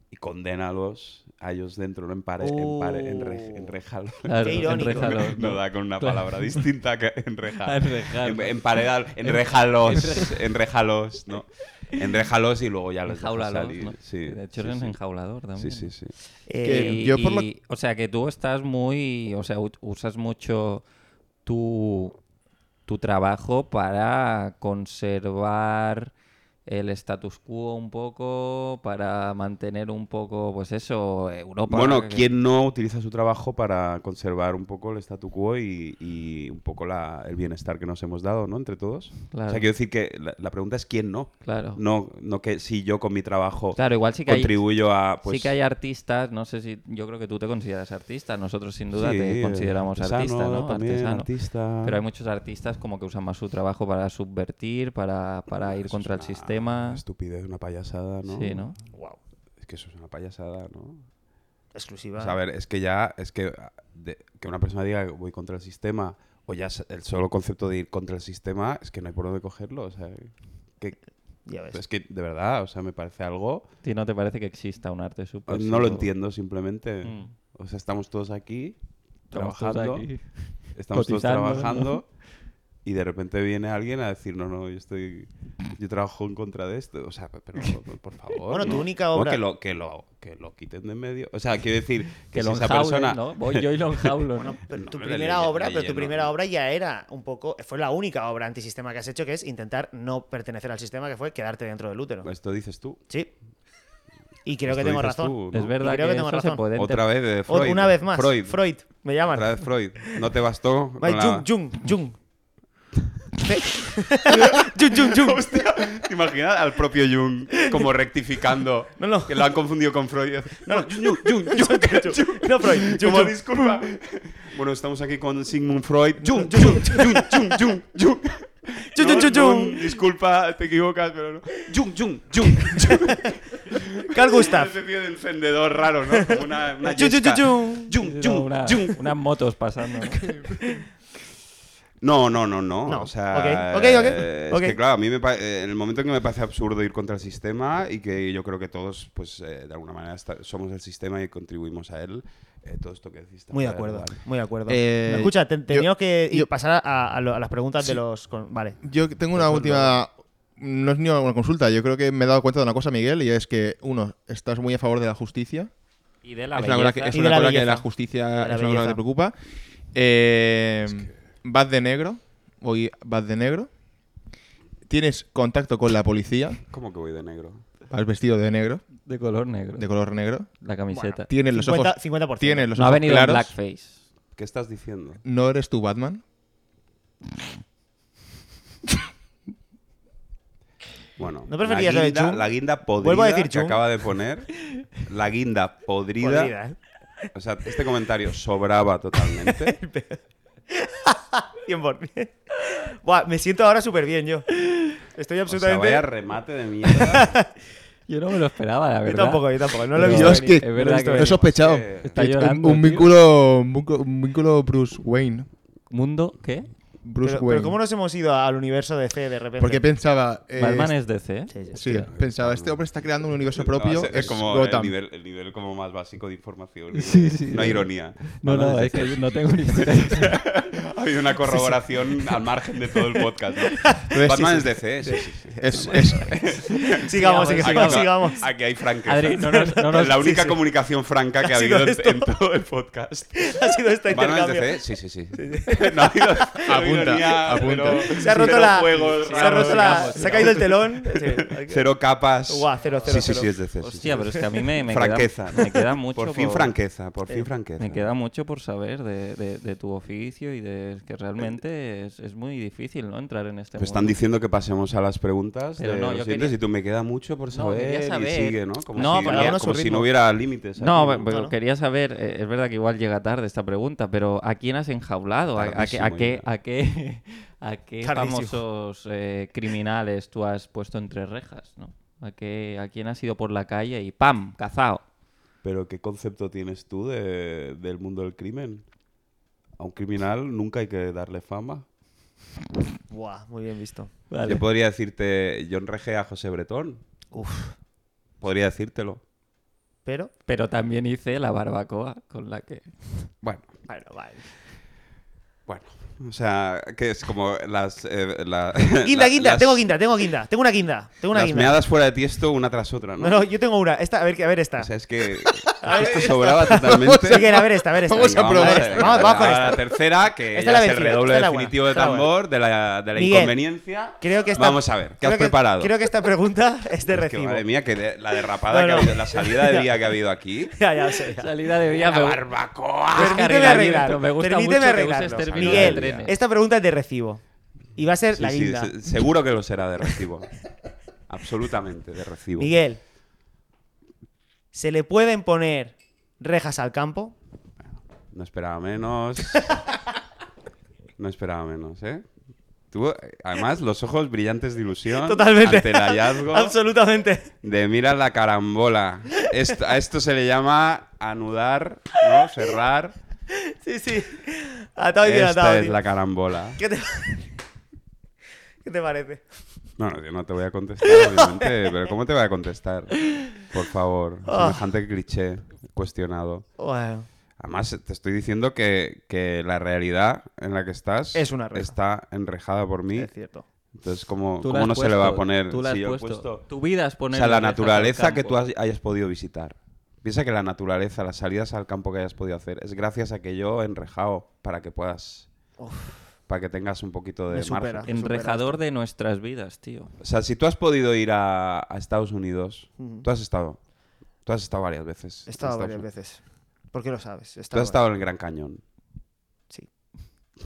y condénalos a ellos dentro, no en pare, en pare, en re-
Oh.
en rejalo.
Claro,
irónico.
enréjalo,
No da con una palabra distinta que enrejar.
Enrejar.
En, emparedar, enrejalos, enrejalos, ¿no. Enrejalos y luego ya los dejas
Enjaulalos,
salir.
¿no?
Sí,
de hecho,
sí,
eres
sí.
enjaulador también.
Sí, sí, sí.
Eh,
Que- yo por lo-
y- O sea, que tú estás muy... O sea, u- usas mucho tu, tu trabajo para conservar el status quo un poco, para mantener un poco, pues eso, Europa.
Bueno,
que-
¿quién no utiliza su trabajo para conservar un poco el statu quo y, y un poco la- el bienestar que nos hemos dado, ¿no? Entre todos.
Claro.
O sea, quiero decir que la, la pregunta es quién no.
Claro.
No, no que si yo con mi trabajo
Claro, igual sí que hay-
contribuyo a... Pues,
sí que hay artistas, no sé si yo creo que tú te consideras artista, nosotros sin duda
Sí,
te
eh,
consideramos
artesano,
artista, ¿no?
también, artista.
Pero hay muchos artistas como que usan más su trabajo para subvertir, para, para ir
Ah, eso
contra el
es una
sistema.
Estupidez, una payasada, Pues ¿no?
Sí, ¿no?
Wow.
Es que eso es una payasada, ¿no?
Exclusiva.
O sea, a ver, es que ya, es que ah, de- que una persona diga que voy contra el sistema, o ya s- el solo concepto de ir contra el sistema, es que no hay por dónde cogerlo, o sea, que,
Ya ves.
es que de verdad, o sea, me parece algo,
¿A ti no te parece que exista un arte súper?
Pues no lo
súper-
entiendo simplemente,
Pues Mm.
o sea, estamos todos aquí,
Estamos todos
trabajando,
aquí.
estamos todos
Cotizando, ¿no?
trabajando, y de repente viene alguien a decir, no, no, yo estoy, yo trabajo en contra de esto, o sea, pero por- por favor.
Bueno, tu
¿no?
única
Bueno,
obra-
que lo, que lo, que lo quiten de en medio, o sea, quiero decir, que,
Que
si
lo
esa
enjaulen,
persona...
¿no? Voy yo y lo enjaulo, ¿no?
Pero tu
hombre,
primera
leye-
obra, pero tu
leyendo,
primera
¿no?
obra ya era un poco, fue la única obra antisistema que has hecho, que es intentar no pertenecer al sistema, que fue quedarte dentro del útero.
Esto dices tú.
Sí. Y creo que
Pues, Esto
tengo
dices
razón.
tú, ¿no?
Es verdad
Y creo
que,
que tengo
eso se
razón.
puede inter-
Otra vez de
O-
Freud.
una vez más. Freud.
Freud.
me llaman.
Otra vez Freud. No te bastó.
Vale,
con la-
Jung, Jung, Jung. Fe- Jung, Jung, Jung.
¿Te imaginas al propio Jung como rectificando?
No, no.
Que lo han confundido con Freud. No, Jung, Jung, Jung, Jung, Jung.
No, Freud. Jung,
Como
Jung.
disculpa. Bueno, estamos aquí con Sigmund Freud. Jung, Jung, Jung, Jung, Jung, Jung.
Jung,
No,
Jung,
no,
Jung.
Disculpa, te equivocas, pero no. Jung, Jung, Jung, Jung.
Carl Gustav.
Una especie de encendedor raro, ¿no? Como una, una
Jung, Jung,
yesca.
Jung.
Jung,
No,
Jung,
una-
Jung.
unas motos pasando. ¿no?
No, no, no, no.
No.
O sea,
Ok, ok, ok,
eh, es
ok.
que claro, a mí me pa- eh, en el momento en que me parece absurdo ir contra el sistema y que yo creo que todos, pues eh, de alguna manera esta- somos el sistema y contribuimos a él, eh, todo esto que decís. está
Muy de
fuera
acuerdo,
lugar.
muy de acuerdo.
Eh,
Escucha, te- teníamos que ir-
yo-
pasar a, a lo- a las preguntas de los... con- vale.
Yo tengo una
Pues
última. No es ni una consulta. Yo creo que me he dado cuenta de una cosa, Miguel, y es que, uno, estás muy a favor de la justicia.
Y de la
es una cosa que,
belleza.
es
Y
una
de la
cosa que
belleza.
la justicia
la
es una cosa que
belleza.
te preocupa. Eh, Vas de negro. Hoy vas de negro. Tienes contacto con la policía.
¿Cómo que voy de negro?
Vas vestido de negro,
De color negro.
de color negro.
La camiseta.
Tienes los
50,
ojos.
50%.
Tienes los
no ha
ojos
venido el
claros.
blackface.
¿Qué estás diciendo?
No eres tu Batman.
Bueno,
¿No preferías
la
la de
guinda,
Jung?
la guinda podrida
Vuelvo a decir
que
Jung.
acaba de poner, la guinda podrida,
Podrida, ¿eh?
o sea, este comentario sobraba totalmente.
100%. Buah, me siento ahora súper bien yo. Estoy
o sea,
absolutamente...
vaya remate de mierda.
Yo no me lo esperaba, la
yo
verdad.
tampoco, yo tampoco. No lo he visto
Pero-
Yo es
venir.
que
Es verdad
No lo he visto
que-
lo he
venir.
sospechado.
Eh,
Está
Un-
llorando,
Un,
tío.
vínculo, un vínculo- un vínculo Bruce Wayne.
¿Mundo qué?
Bruce
Pero, pero
Wayne.
¿cómo nos hemos ido al universo de C de repente?
Porque pensaba. eh,
Batman es DC.
Sí, sí.
Sí, pensaba, este hombre está creando un universo
No,
propio.
es, es como
Gotham.
el nivel, el nivel como más básico de información.
Sí, sí.
no hay ironía.
No,
Hablas
no,
de
es que no tengo ni idea.
eh.
Ha habido una corroboración al margen de todo el podcast. ¿no? Batman es DC, sí, sí, sí.
Es, es-
Sigamos,
Sí,
sigamos,
Aquí-
sigamos.
Aquí hay franqueza.
Adri, no nos, no nos-
la única
sí.
comunicación franca que ha
Ha sido
habido en,
esto.
en todo el podcast.
Ha sido este
¿Batman
intercambio.
es DC? Sí, sí, sí. No ha habido, no ha habido
Apunta,
ironía,
apunta.
Pero,
Se ha roto
cero
la.
juegos
se ha
raros,
roto la.
digamos.
Se ha caído el telón. Sí.
Cero capas.
Guau, cero, cero,
sí,
cero.
sí, sí, es DC. sí, sí.
Hostia, pero es que a mí me, me
franqueza.
Queda, me queda mucho.
Por fin franqueza, por fin franqueza.
Me queda mucho por saber de, de- de tu oficio y de que realmente es, es muy difícil no entrar en este
Te están
mundo.
diciendo que pasemos a las preguntas
Pero
de
no,
los
yo
siguientes
quería-
y tú me queda mucho por
No,
saber,
quería
y
saber.
sigue, ¿no? Como,
No,
si,
porque
no-
cada uno a su
como si
ritmo.
no hubiera límites.
No,
aquí,
pero- pero
no.
quería saber, eh, es verdad que igual llega tarde esta pregunta, pero ¿a quién has enjaulado? ¿A, a qué, a,
Tardísimo, ¿eh?
qué,
ya.
a qué, a qué
Tardísimo.
famosos eh, criminales tú has puesto entre rejas? ¿no? ¿A, qué, ¿A quién has ido por la calle y ¡pam! ¡Cazao!
Pero ¿qué concepto tienes tú de- del mundo del crimen? A un criminal nunca hay que darle fama.
Buah, muy bien visto.
Yo podría decirte, yo enrejé a José Bretón.
Uf.
Podría decírtelo.
Pero.
Pero también hice la barbacoa con la que...
Bueno,
Bueno, vale.
bueno. O sea, que es como las... eh, la-
Guinda,
la-
guinda,
las-
tengo guinda, tengo guinda. Tengo una guinda. Tengo una
Las
guinda.
meadas fuera de tiesto una tras otra, ¿no? Pues,
No, no, yo tengo una. Esta, a ver, a ver esta.
O sea, es que... Esto sobraba
Sí, que,
totalmente.
a ver esta, a ver esta.
Vamos a
Venga,
probar.
ver esta. Vamos, vamos con
Ahora la
esta.
tercera, que
Esta
ya
la
es el
vencida,
redoble
esta la buena,
definitivo de
esta la
tambor, de la, de la
Miguel,
inconveniencia.
Creo que esta-
Vamos a ver, ¿qué has
creo que-
preparado?
Creo que esta pregunta es de
Es que,
recibo.
madre mía, que de- la derrapada
No,
que ha
no.
habido, la salida de día que ha habido aquí.
Ya, ya, lo sé, ya.
Salida de vía.
La
me-
barbacoa.
Es que
Permíteme
arreglamiento,
arreglar.
me gusta
Permíteme
mucho que
arreglarlo.
uses términos
de
Miguel,
trenes.
esta pregunta es de recibo. Y va a ser
Sí,
la
sí,
guinda.
se- seguro que lo será de recibo. Absolutamente de recibo.
Miguel, ¿se le pueden poner rejas al campo?
No esperaba menos. No esperaba menos, ¿eh? Tú, eh, además, los ojos brillantes de ilusión
Totalmente.
Ah, ante el hallazgo
Absolutamente.
de mira la carambola. Esto- a esto se le llama anudar, ¿no? Cerrar.
Sí, sí. Atado y bien atado.
Esta es
tío.
la carambola.
¿Qué, te... ¿Qué te parece?
Bueno, yo no te voy a contestar, obviamente, pero ¿cómo te voy a contestar? Por favor,
Ah.
semejante cliché cuestionado.
Bueno,
Además, te estoy diciendo que, que la realidad en la que estás
Es una reja.
está enrejada por mí.
es cierto.
Entonces, ¿cómo,
Tú la
cómo
has
no se le va a
puesto,
poner
tú la
si
has
yo he
puesto.
puesto-
Tu vida es
O
poner.
sea, la
orejas al
naturaleza que
campo.
tú has- hayas podido visitar. Piensa que la naturaleza, las salidas al campo que hayas podido hacer, es gracias a que yo he enrejado para que puedas. Para que tengas un poquito de
Me supera.
margen.
Enrejador de nuestras vidas, tío.
O sea, si tú has podido ir a, a Estados Unidos,
Ujú.
tú has estado. Tú has estado varias veces.
He
en
estado
Estados
varias
Unidos.
veces. ¿Por qué lo sabes? He
Tú
estado
has estado en el Gran Cañón.
Sí.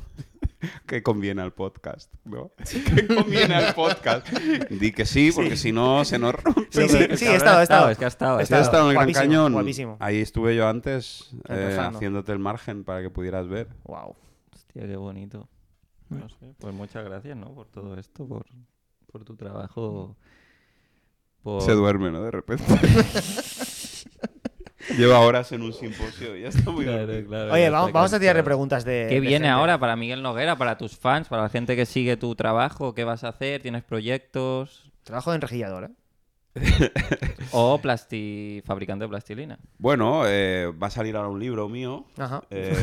que conviene al podcast, ¿no? Que conviene al podcast. Di que sí, porque si no se nos rompe.
Sí, sí, sí, he
Cabrón,
estado, he estado.
Es que ha estado.
He
es
Si has estado en el Gran
Guapísimo,
Cañón,
guapísimo.
ahí estuve yo antes eh,
Enrejando.
haciéndote el margen para que pudieras ver.
Wow.
que- Hostia, qué bonito. No sé, Pues muchas gracias, ¿no? Por todo esto, por, por tu trabajo. Por...
Se duerme, ¿no? De repente. Lleva horas en un simposio y ya está muy
Claro,
dormido.
claro, ya
Oye,
está
vamos, vamos a tirarle
cansado.
preguntas eh, de.
¿Qué
de
viene
gente.
ahora para Miguel Noguera, para tus fans, para la gente que sigue tu trabajo? ¿Qué vas a hacer? ¿Tienes proyectos?
Trabajo de enrejillador, ¿eh?
¿O plasti... fabricante de plastilina?
Bueno, eh, va a salir ahora un libro mío.
Ajá.
Eh,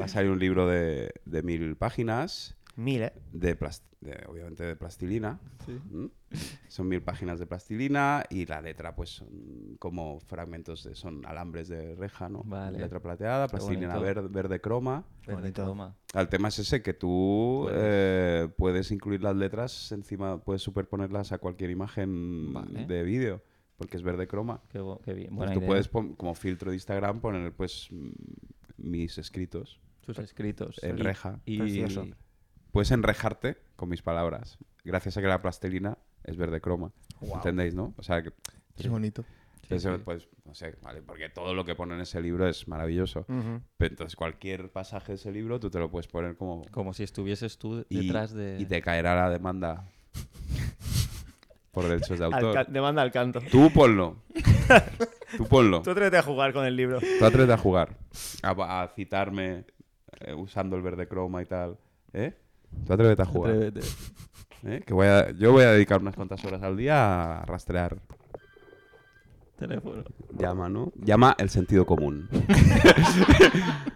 va a salir un libro de, de mil páginas.
Mil, ¿eh?
de, plas- de- obviamente de plastilina. ¿Mm? Son mil páginas de plastilina y la letra, pues, son como fragmentos de, son alambres de reja, ¿no?
Vale.
Letra plateada,
Qué
plastilina ver-
bonito.
verde, croma.
bonito.
Toma.
El tema es ese que tú
Puedes.
eh, puedes incluir las letras encima, puedes superponerlas a cualquier imagen
Vale.
de vídeo, porque es verde croma.
Qué, bo- qué bien.
Pues
Buena
tú
idea.
puedes, pon- como filtro de Instagram, poner, pues, mm, mis escritos
Tus escritos.
en
Y-
reja.
Y...
Precioso.
puedes enrejarte con mis palabras, gracias a que la plastilina es verde croma.
Guau.
¿Entendéis, no? O sea, que,
Es bonito.
eso, pues, no sé, vale, porque todo lo que pone en ese libro es maravilloso.
Ujú.
Pero entonces, cualquier pasaje de ese libro tú te lo puedes poner como.
Como si estuvieses tú
y,
detrás de...
y te caerá la demanda por derechos de autor.
Alca- demanda al canto.
Tú ponlo. Tú ponlo.
Tú atrévete a jugar con el libro.
Tú atrévete a jugar. A, a citarme eh, usando el verde croma y tal. ¿Eh? Tú atrévete a jugar.
Atrévete.
¿eh? Que voy a- yo voy a dedicar unas cuantas horas al día a rastrear.
Teléfono.
Llama, ¿no? Llama el sentido común.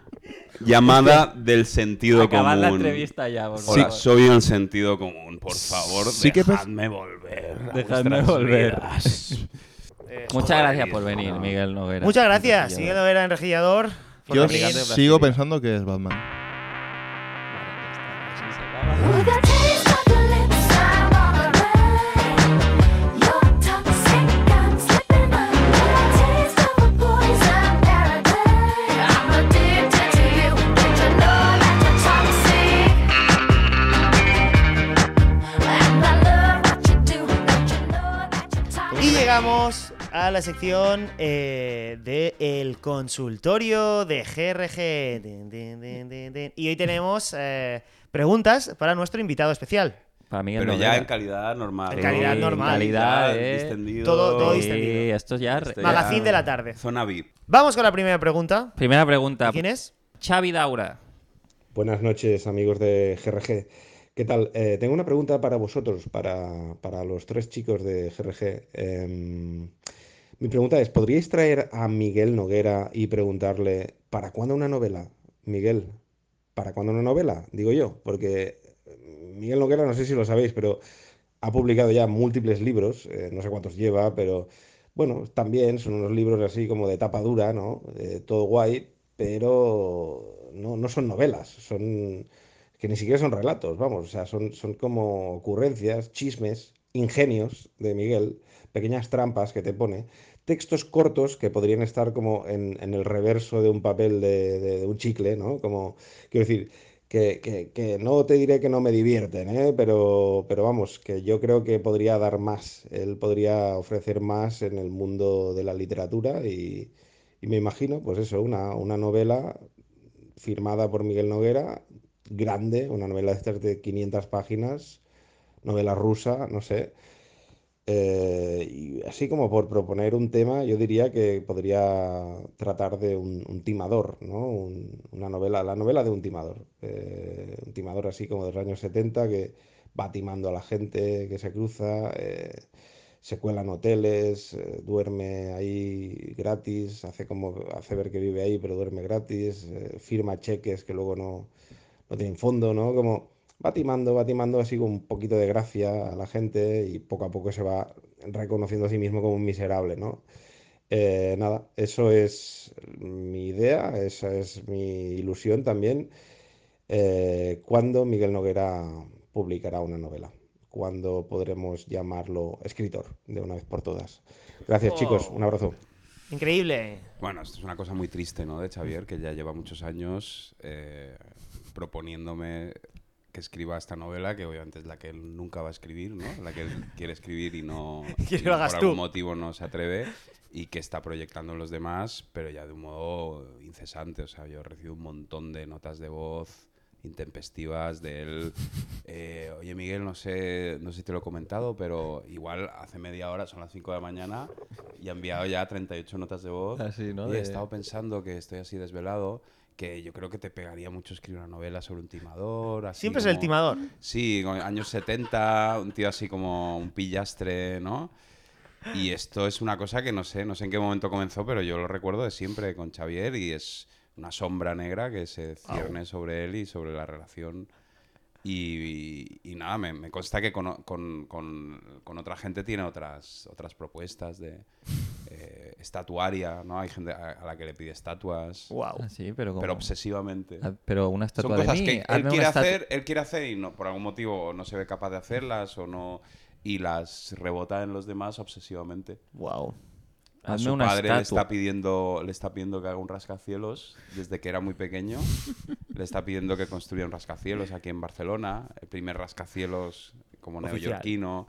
Llamada del sentido
Acabad
común.
la entrevista ya, por
Hola,
favor.
soy el sentido común. Por favor,
Sí que pas-
dejadme volver. a
Dejadme
vuestras
volver.
vidas.
Muchas gracias por venir, Miguel Noguera.
Muchas gracias.
Enrejillador.
Siguiendo era enrejillador.
Yo
Fortalín.
Fabricante de
sigo
plastilina.
pensando que es Batman.
With a taste of your lips, I'm on my way. You're toxic, I'm slipping away. A taste of a poison paradise. I'm addicted to you, don't you know that you're toxic? And I love what you do, don't you know that you're
Y
toxic?
llegamos a la sección eh, de El consultorio de GRG. Din, din, din, din, din. Y hoy tenemos eh, preguntas para nuestro invitado especial.
Para Miguel
Pero
Noguera.
ya en calidad normal.
En calidad
Sí,
normal.
Calidad, eh.
distendido.
Todo- todo
Sí,
distendido.
esto ya...
Esto Este ya-
Magazine de la tarde.
Zona VIP.
Vamos con la primera pregunta.
Primera pregunta.
¿Quién es?
Xavi Daura.
Buenas noches, amigos de GRG. ¿Qué tal? Eh, tengo una pregunta para vosotros, para, para los tres chicos de GRG. Em, mi pregunta es, ¿podríais traer a Miguel Noguera y preguntarle, ¿para cuándo una novela? Miguel, ¿para cuándo una novela? Digo yo, porque eh, Miguel Noguera, no sé si lo sabéis, pero ha publicado ya múltiples libros, eh, no sé cuántos lleva, pero Bueno, también son unos libros así como de tapa dura, ¿no? Eh, todo guay, pero no, no son novelas, son que ni siquiera son relatos, vamos, o sea, son, son como ocurrencias, chismes, ingenios de Miguel, pequeñas trampas que te pone, textos cortos que podrían estar como en, en el reverso de un papel de, de- de un chicle, ¿no? Como, quiero decir, que, que- que no te diré que no me divierten, ¿eh? Pero, pero vamos, que yo creo que podría dar más, él podría ofrecer más en el mundo de la literatura y, y me imagino, pues eso, una, una novela firmada por Miguel Noguera, grande, una novela de estas de 500 páginas, novela rusa, no sé. Eh, y así como por proponer un tema, yo diría que podría tratar de un, un timador, ¿no? Un- una novela, la novela de un timador. Eh, un timador así como de los años 70 que va timando a la gente que se cruza, eh, se cuela en hoteles, eh, duerme ahí gratis, hace como, hace ver que vive ahí, pero duerme gratis, eh, firma cheques que luego no, no tienen fondo, ¿no? Como va timando, va timando así con un poquito de gracia a la gente y poco a poco se va reconociendo a sí mismo como un miserable, ¿no? Eh, nada, eso es mi idea, esa es mi ilusión también. Eh, ¿cuándo Miguel Noguera publicará una novela? ¿Cuándo podremos llamarlo escritor de una vez por todas? Gracias, chicos. Un abrazo.
Increíble.
Bueno, esto es una cosa muy triste, ¿no? De Xavier, que ya lleva muchos años eh, proponiéndome que escriba esta novela, que obviamente es la que él nunca va a escribir, ¿no? La que él quiere escribir y no,
Que
y
lo
no
hagas
por
tú.
algún motivo no se atreve y que está proyectando en los demás, pero ya de un modo incesante. O sea, yo recibo un montón de notas de voz intempestivas de él. eh, Oye, Miguel, no sé, no sé si te lo he comentado, pero igual hace media hora, son las 5 de la mañana, y ha enviado ya 38 notas de voz.
Así, Ah, ¿no?
Y
De-
he estado pensando que estoy así desvelado, que yo creo que te pegaría mucho escribir una novela sobre un timador. así
Siempre es el
como-
timador.
Sí, con- años 70, un tío así como un pillastre, ¿no? Y esto es una cosa que no sé, no sé en qué momento comenzó, pero yo lo recuerdo de siempre con Xavier y es una sombra negra que se cierne sobre él y sobre la relación. Y, y- y nada, me, me consta que con, o- con- con- con otra gente tiene otras, otras propuestas de eh, estatuaria, ¿no? Hay gente a, a la que le pide estatuas,
Wow.
Ah, sí, pero como...
pero obsesivamente.
Ah, pero una estatua
Son
de
cosas
mí,
que él
hazme una
quiere
estatua-
hacer, él quiere hacer y no, por algún motivo no se ve capaz de hacerlas o no y las rebota en los demás obsesivamente.
Wow.
A
hazme
su
una
padre le está
estatua.
pidiendo, le está pidiendo que haga un rascacielos desde que era muy pequeño. le está pidiendo que construya un rascacielos aquí en Barcelona, el primer rascacielos como
Oficial.
neoyorquino.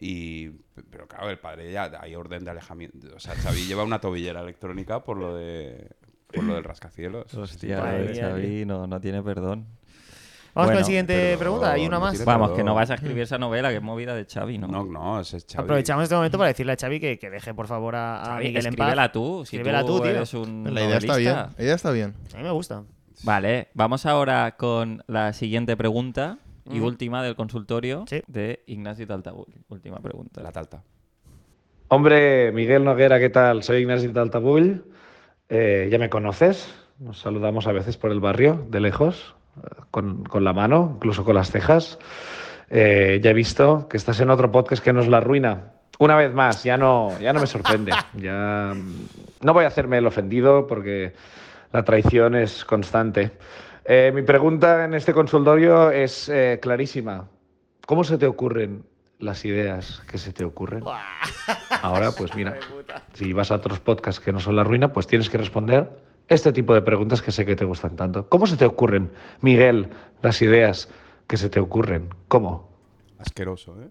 Y, pero claro, el padre ya hay orden de alejamiento. O sea, Xavi lleva una tobillera electrónica por lo de por lo del rascacielos.
Hostia,
Madre mía,
Xavi, no, no tiene perdón.
eh. Vamos con la
Bueno,
siguiente
pero
pregunta. Hay una
no
más.
tiene
Vamos, que no vas a escribir esa novela, que es movida de Xavi, ¿no?
No, no, ese es Xavi.
Aprovechamos este momento para decirle a Xavi que, que deje, por favor, a, a
Xavi,
Miguel en paz.
escríbela tú, si
Escríbela tú,
tú,
tío.
eres un
La idea está bien.
Mm, novelista.
La idea está bien.
A mí me gusta.
Vale, vamos ahora con la siguiente pregunta y última del consultorio
Sí.
de Ignacio Taltabull. Última pregunta.
La talta.
Hombre, Miguel Noguera, ¿qué tal? Soy Ignacio Taltabull. Eh, ya me conoces. Nos saludamos a veces por el barrio, de lejos, eh, con, con la mano, incluso con las cejas. Eh, ya he visto que estás en otro podcast que nos la arruina. Una vez más, ya no, ya no me sorprende. Ya mm, no voy a hacerme el ofendido porque la traición es constante. Eh, mi pregunta en este consultorio es eh, clarísima. ¿Cómo se te ocurren las ideas que se te ocurren? Ahora, pues mira, si vas a otros podcasts que no son la ruina, pues tienes que responder este tipo de preguntas que sé que te gustan tanto. ¿Cómo se te ocurren, Miguel, las ideas que se te ocurren? ¿Cómo?
Asqueroso, ¿eh?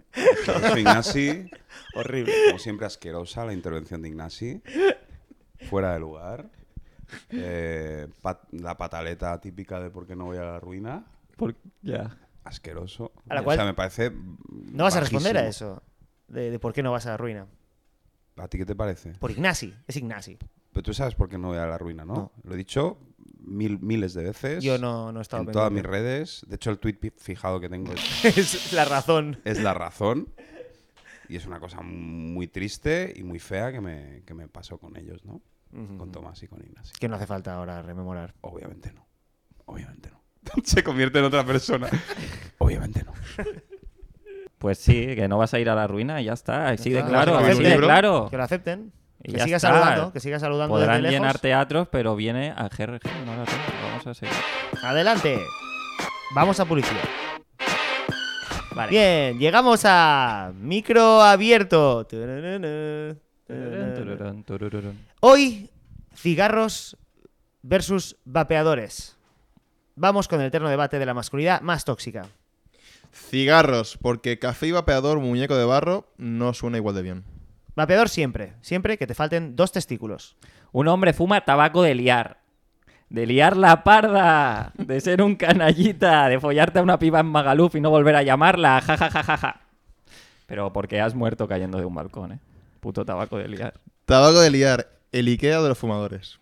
Asqueroso Ignasi. Horrible. Como siempre, asquerosa la intervención de Ignasi. Fuera de lugar. Eh, pat- la pataleta típica de por qué no voy a la ruina.
Por- Ya.
Asqueroso.
A la
o
cual-
sea, me parece.
No vas a responder a eso. De, de por qué no vas a la ruina.
¿A ti qué te parece?
Por Ignasi. Es Ignasi.
Pero tú sabes por qué no voy a la ruina, ¿no?
No.
Lo he dicho mil, miles de veces.
Yo no, no he estado
En todas mis
pendiente.
redes. De hecho, el tweet fijado que tengo es
es la razón.
es la razón. Y es una cosa muy triste y muy fea que me, que me pasó con ellos, ¿no? Con Tomás y con Ignacio.
Que no hace falta ahora rememorar.
Obviamente no. Obviamente no. Se convierte en otra persona. Obviamente no.
Pues sí, que no vas a ir a la ruina y ya está. Así de
está.
claro,
Escribir
así
un
de
libro.
claro.
Que lo acepten.
Y
Que
ya
siga
está.
saludando, que siga saludando
Podrán
desde
llenar
lejos.
teatros, pero viene a GRG. No la tengo. Vamos a
Eh,
seguir.
Adelante. Vamos a publicidad.
Vale.
Bien, llegamos a micro abierto. eh,
Tururún, tururún.
Hoy, cigarros versus vapeadores. Vamos con el eterno debate de la masculinidad más tóxica.
Cigarros, porque café y vapeador, muñeco de barro, no suena igual de bien.
Vapeador siempre, siempre que te falten dos testículos.
Un hombre fuma tabaco de liar. De liar la parda. De ser un canallita. De follarte a una piba en Magaluf y no volver a llamarla. Ja, ja, ja, ja, ja. Pero porque has muerto cayendo de un balcón, ¿eh? Puto tabaco de liar.
Tabaco de liar, el Ikea de los fumadores.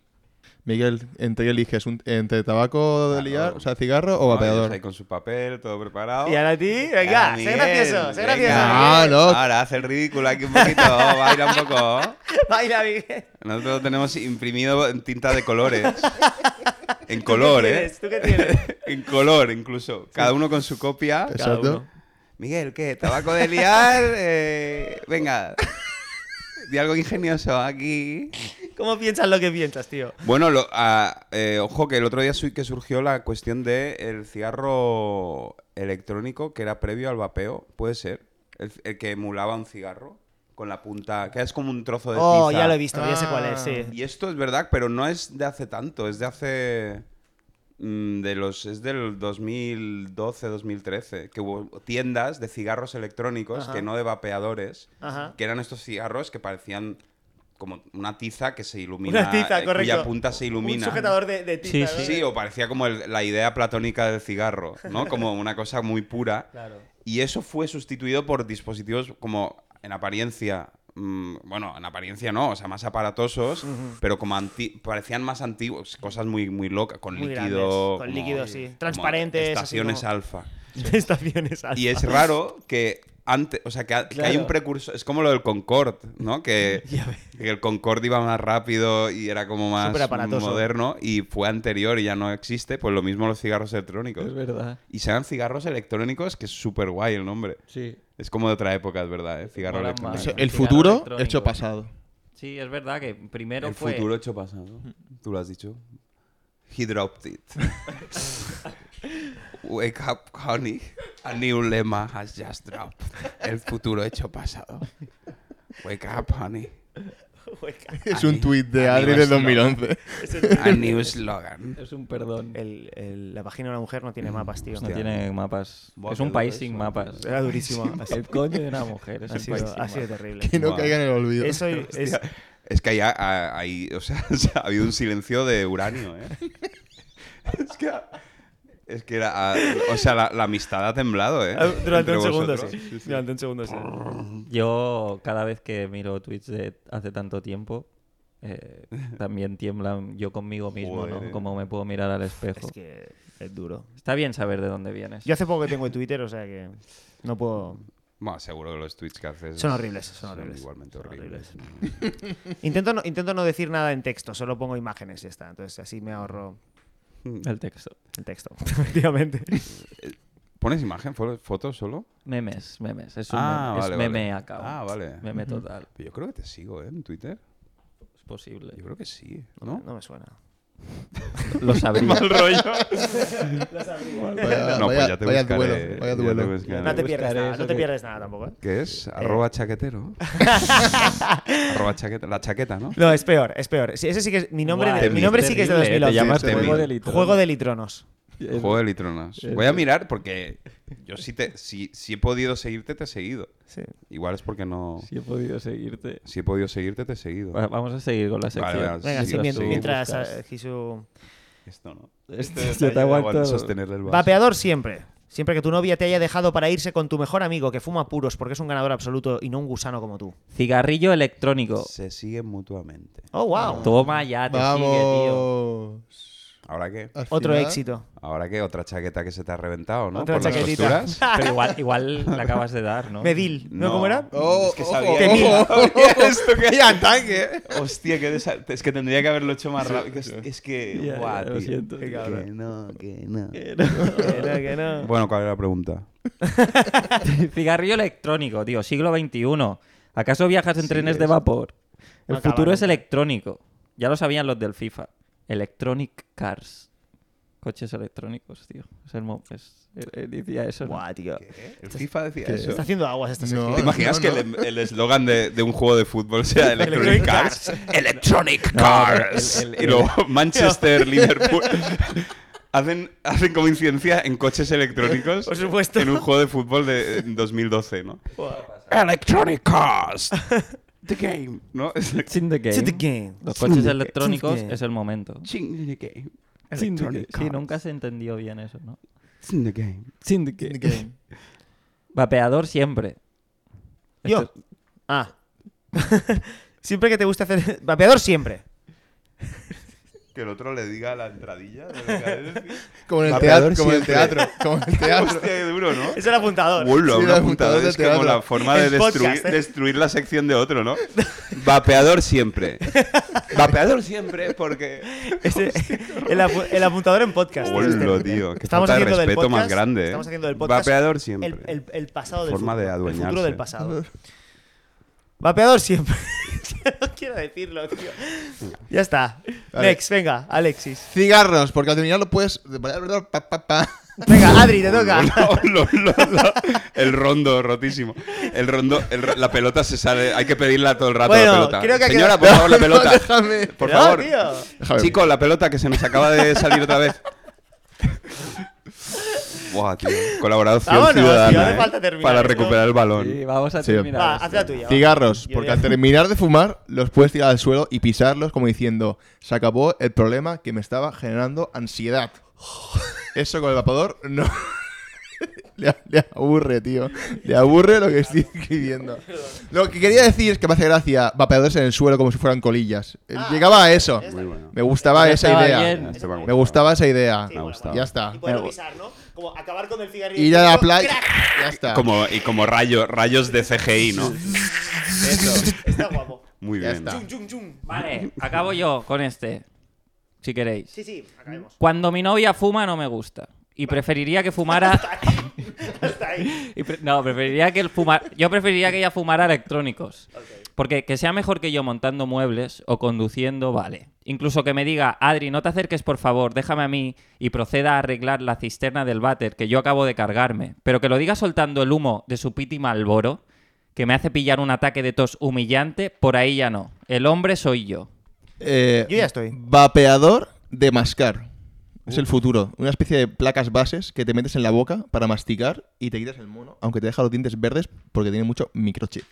Miguel, entre qué eliges, un- entre tabaco de
Claro.
liar, o sea, cigarro o
No,
vapeador.
ellos ahí con su papel, todo preparado.
Y ahora a ti, venga,
Ah,
sé
Miguel,
gracioso, sé
venga.
gracioso.
No,
Miguel.
no.
Ahora hace el ridículo aquí un poquito, baila un poco.
Baila, Miguel.
Nosotros lo tenemos imprimido en tinta de colores. En
¿Tú qué
color, ¿eh?
tienes? ¿Tú qué tienes?
En color, incluso. Cada uno con su copia.
Cada
Exacto.
uno.
Miguel, ¿qué? ¿Tabaco de liar? Eh, venga. Di algo ingenioso aquí.
¿Cómo piensas lo que piensas, tío?
Bueno, lo- ah, eh, ojo que el otro día su- que surgió la cuestión del cigarro electrónico que era previo al vapeo, puede ser. El, el que emulaba un cigarro con la punta, que es como un trozo de
Oh,
tiza.
ya lo he visto, ya sé cuál es, sí.
Y esto es verdad, pero no es de hace tanto, es de hace. mm, De los, es del 2012-2013, que hubo tiendas de cigarros electrónicos,
Ajá.
que no de vapeadores,
Ajá.
que eran estos cigarros que parecían como una tiza que se ilumina.
Una tiza,
eh,
correcto.
Cuya punta se ilumina.
Un sujetador de, de tiza,
Sí,
¿no?
Sí, o parecía como el- la idea platónica del cigarro, ¿no? Como una cosa muy pura.
Claro.
Y eso fue sustituido por dispositivos como, en apariencia, mm, bueno, en apariencia no, o sea, más aparatosos, pero como anti- parecían más antiguos, cosas muy, muy locas, con
Muy grandes, con
líquido. como-
líquido, sí.
como
Transparentes, así
Estaciones
como-
alfa.
Estaciones alfa.
Y es raro que antes, o sea, que, que hay
Claro.
un precursor, es como lo del Concorde, ¿no? Que, que el Concorde iba más rápido y era como más
Superaparatoso.
moderno y fue anterior y ya no existe, pues lo mismo los cigarros electrónicos.
verdad.
Y sean cigarros electrónicos, que es súper guay el nombre.
Sí.
Es como de otra época, es verdad, ¿eh? Cigarro
Mola
electrónico.
O
más.
sea,
Vale.
el
Cigarro
futuro
electrónico.
hecho pasado.
Sí, es verdad que primero
El
fue.
futuro hecho pasado. Tú lo has dicho. He dropped it. Wake up, honey. A new lemma has just dropped. El futuro hecho pasado. Wake up, honey.
Es
Ahí.
un tuit de
Ahí
Adri
va
del
esto.
2011.
A new slogan.
Es un perdón.
El- el- la página de una mujer no tiene
Mm,
mapas, tío.
No tiene mapas.
Buah,
es un
qué
país
duro
sin
eso.
mapas.
Era durísimo. Ha sido-
El coño de una mujer. Es
ha
un país
sido,
sin
ha sido
mapas.
terrible.
Que no
Buah.
caiga en el olvido.
Eso y- es,
Es que ahí, ha- ha- ahí- o sea, ha habido un silencio de uranio, ¿eh? Es que, ha- es que era, ha- o sea, la, la amistad ha temblado, ¿eh?
Ah, durante
Entre
un segundo,
vosotros.
sí. Durante un segundo, sí.
Yo cada vez que miro tweets de hace tanto tiempo, eh, también tiemblan yo conmigo mismo,
Joder,
¿no?
eh.
Como me puedo mirar al espejo.
Es que es duro.
Está bien saber de dónde vienes.
Yo hace poco que tengo Twitter, o sea que no puedo.
Bueno, seguro que los tweets que haces
Son horribles, son horribles.
igualmente
Son
horribles.
Intento no, intento no decir nada en texto, solo pongo imágenes y ya está. Entonces así me ahorro
El texto.
el texto, efectivamente.
¿Pones imagen, fo- fotos solo?
Memes, memes. Es un
Ah,
meme, es
vale,
meme
vale.
account.
Ah, vale.
Meme total.
Pero Yo creo que te sigo, ¿eh? En Twitter.
Es posible.
Yo creo que sí,
¿No?
¿no?
me suena.
Lo sabría.
Vaya,
no, pues
vaya- vaya
buscaré,
duelo, vaya
ya te
duelo.
buscaré.
No te pierdes
buscaré
nada,
eso
no te
que-
pierdes nada tampoco, ¿eh?
¿Qué es? Arroba chaquetero. Arroba chaqueta. La chaqueta, ¿no?
No, es peor, es peor. Sí, ese sí que es, mi nombre,
Guau,
mi nombre sí que es de
terrible, ¿eh?
2011.
Te
Temil.
llamas Juego
Juego de
de Litronos.
litronos.
Juego de litronas. Voy a mirar porque yo sí te, si, si he podido seguirte, te he seguido.
Sí.
Igual es porque no.
Si he podido seguirte.
Si he podido seguirte, te he seguido.
Va- Vamos a seguir con la sección.
vale,
Venga,
Sí,
sí,
sí,
mien-
sí.
mientras
buscas.
eh, Gisu-
Esto no.
Este
detalle
yo te aguanto.
sostenerle el vaso.
Vapeador siempre. Siempre que tu novia te haya dejado para irse con tu mejor amigo que fuma puros porque es un ganador absoluto y no un gusano como tú.
Cigarrillo electrónico.
Se siguen mutuamente.
Oh, wow.
Toma ya, te sigue, tío.
Vamos.
¿Ahora qué?
Al
Otro
final-
éxito.
Ahora qué, otra chaqueta que se te ha reventado, ¿no?
Otra
Por las
chaquetita.
costuras.
Pero igual, igual la acabas de dar, ¿no?
Medil. ¿No, cómo era?
Oh,
es que
ojo,
sabía.
Temil.
Sabía esto que hay ataque. ¿eh? Hostia, que desa- es que tendría que haberlo hecho más rápido. Es, es que.
Ya,
guau,
ya, lo
tío.
siento,
Que
tío.
no, que no.
Que no, que no.
Bueno, ¿cuál era la pregunta?
Cigarrillo electrónico, tío, siglo XXI. ¿Acaso viajas en
Sí,
trenes de
es.
vapor? El
No acaba
futuro es
nunca.
electrónico. Ya lo sabían los del FIFA. Electronic cars. Coches electrónicos, tío. Es el mo- es- eh, eh, decía eso. ¿no?
Buah, tío.
El FIFA decía
¿Qué?
eso.
Está haciendo aguas esta
No.
sección.
¿Te imaginas
no,
que el- el eslogan de, de un juego de fútbol sea Electronic
Electronic
Cars? Electronic Cars. y luego Manchester, Liverpool. hacen, hacen como incidencia en coches electrónicos
Por supuesto.
en un juego de fútbol de en 2012, ¿no? Electronic Cars. The game. ¿No? Es like,
It's in the game.
It's the game.
Los
It's in
coches
the game.
electrónicos
It's in the game.
es el momento.
"Ching, the game.
It's in the
Electronic
game. Sí,
Cars.
nunca se entendió bien eso, ¿no?
It's in the game.
Vapeador siempre.
Yo.
Esto-
Ah. siempre que te gusta hacer. Vapeador siempre.
Que el otro le diga la entradilla. de lo que ha de decir.
Como en el
Vapeador
teatro, como en el
siempre.
teatro, como en el teatro.
Hostia, qué duro, ¿no?
Es el apuntador.
Hola, un
Sí, el
apuntador
apuntador de
es como
teatro.
la forma de
El
destruir,
podcast, ¿eh?
destruir la sección de otro, ¿no? Vapeador siempre. Vapeador siempre porque...
Ese- el, apu- el apuntador en podcast. tío,
Hola,
este.
tío. Qué
Estamos
falta de
haciendo del
respeto más
podcast-
grande. ¿eh?
estamos haciendo del podcast
Vapeador
El,
siempre.
el- el pasado del
Forma de
futuro. El futuro
adueñarse.
del pasado. Vapeador siempre. no quiero decirlo, tío. Ya está.
Vale.
Next, venga, Alexis.
Cigarros, porque al terminarlo puedes. Pa, pa, pa.
Venga, Adri, te toca.
Hola, hola, hola. El rondo rotísimo. El rondo, el ro- la pelota se sale. Hay que pedirla todo el rato.
Bueno,
la pelota.
creo que ha quedado-
Señora, por favor, la pelota.
déjame.
Por
No,
favor.
tío.
Déjame.
Chico, la pelota que se nos acaba de salir otra vez. Buah, tío. Colaboración
Vámonos, tío,
ciudadana.
hace
¿eh?
falta terminar
para
esto.
recuperar el balón.
Sí, vamos a
Sí.
terminar.
Va,
esto.
haz
este,
la tuya. va.
Cigarros,
Yo
porque
ya-
al terminar de fumar los puedes tirar al suelo y pisarlos como diciendo, se acabó el problema que me estaba generando ansiedad. Eso con el vapador no... le, le aburre, tío. Le aburre lo que estoy escribiendo. Lo que quería decir es que me hace gracia vapeadores en el suelo como si fueran colillas. Eh,
Ah,
Llegaba a eso.
es-
Muy bueno.
Me gustaba
Pero
esa
estaba
idea.
bien.
Este me ha
Me gustaba esa idea.
Sí,
Me ha
bueno,
gustado.
Ya está.
Y poderlo
Me-
pisar, ¿no? Como acabar con el cigarrillo.
Ir a la
tío,
playa.
¡crack!
Ya está.
Como, y como rayo, rayos de CGI, ¿no?
Está guapo.
Muy
Ya
bien.
está.
Chum, chum, chum.
Vale, acabo yo con este. Si queréis.
Sí, sí, acabemos.
Cuando mi novia fuma no me gusta. Y preferiría que fumara...
Hasta ahí.
y pre- No, preferiría que el fumar... Yo preferiría que ella fumara electrónicos. Porque que sea mejor que yo montando muebles o conduciendo, vale. Incluso que me diga, Adri, no te acerques por favor, déjame a mí y proceda a arreglar la cisterna del váter que yo acabo de cargarme. Pero que lo diga soltando el humo de su piti malboro, que me hace pillar un ataque de tos humillante, por ahí ya no. El hombre soy yo.
Eh,
Yo ya estoy.
Vapeador de mascar. Es el futuro. Una especie de placas bases que te metes en la boca para masticar y te quitas el mono, aunque te deja los dientes verdes porque tiene mucho microchip.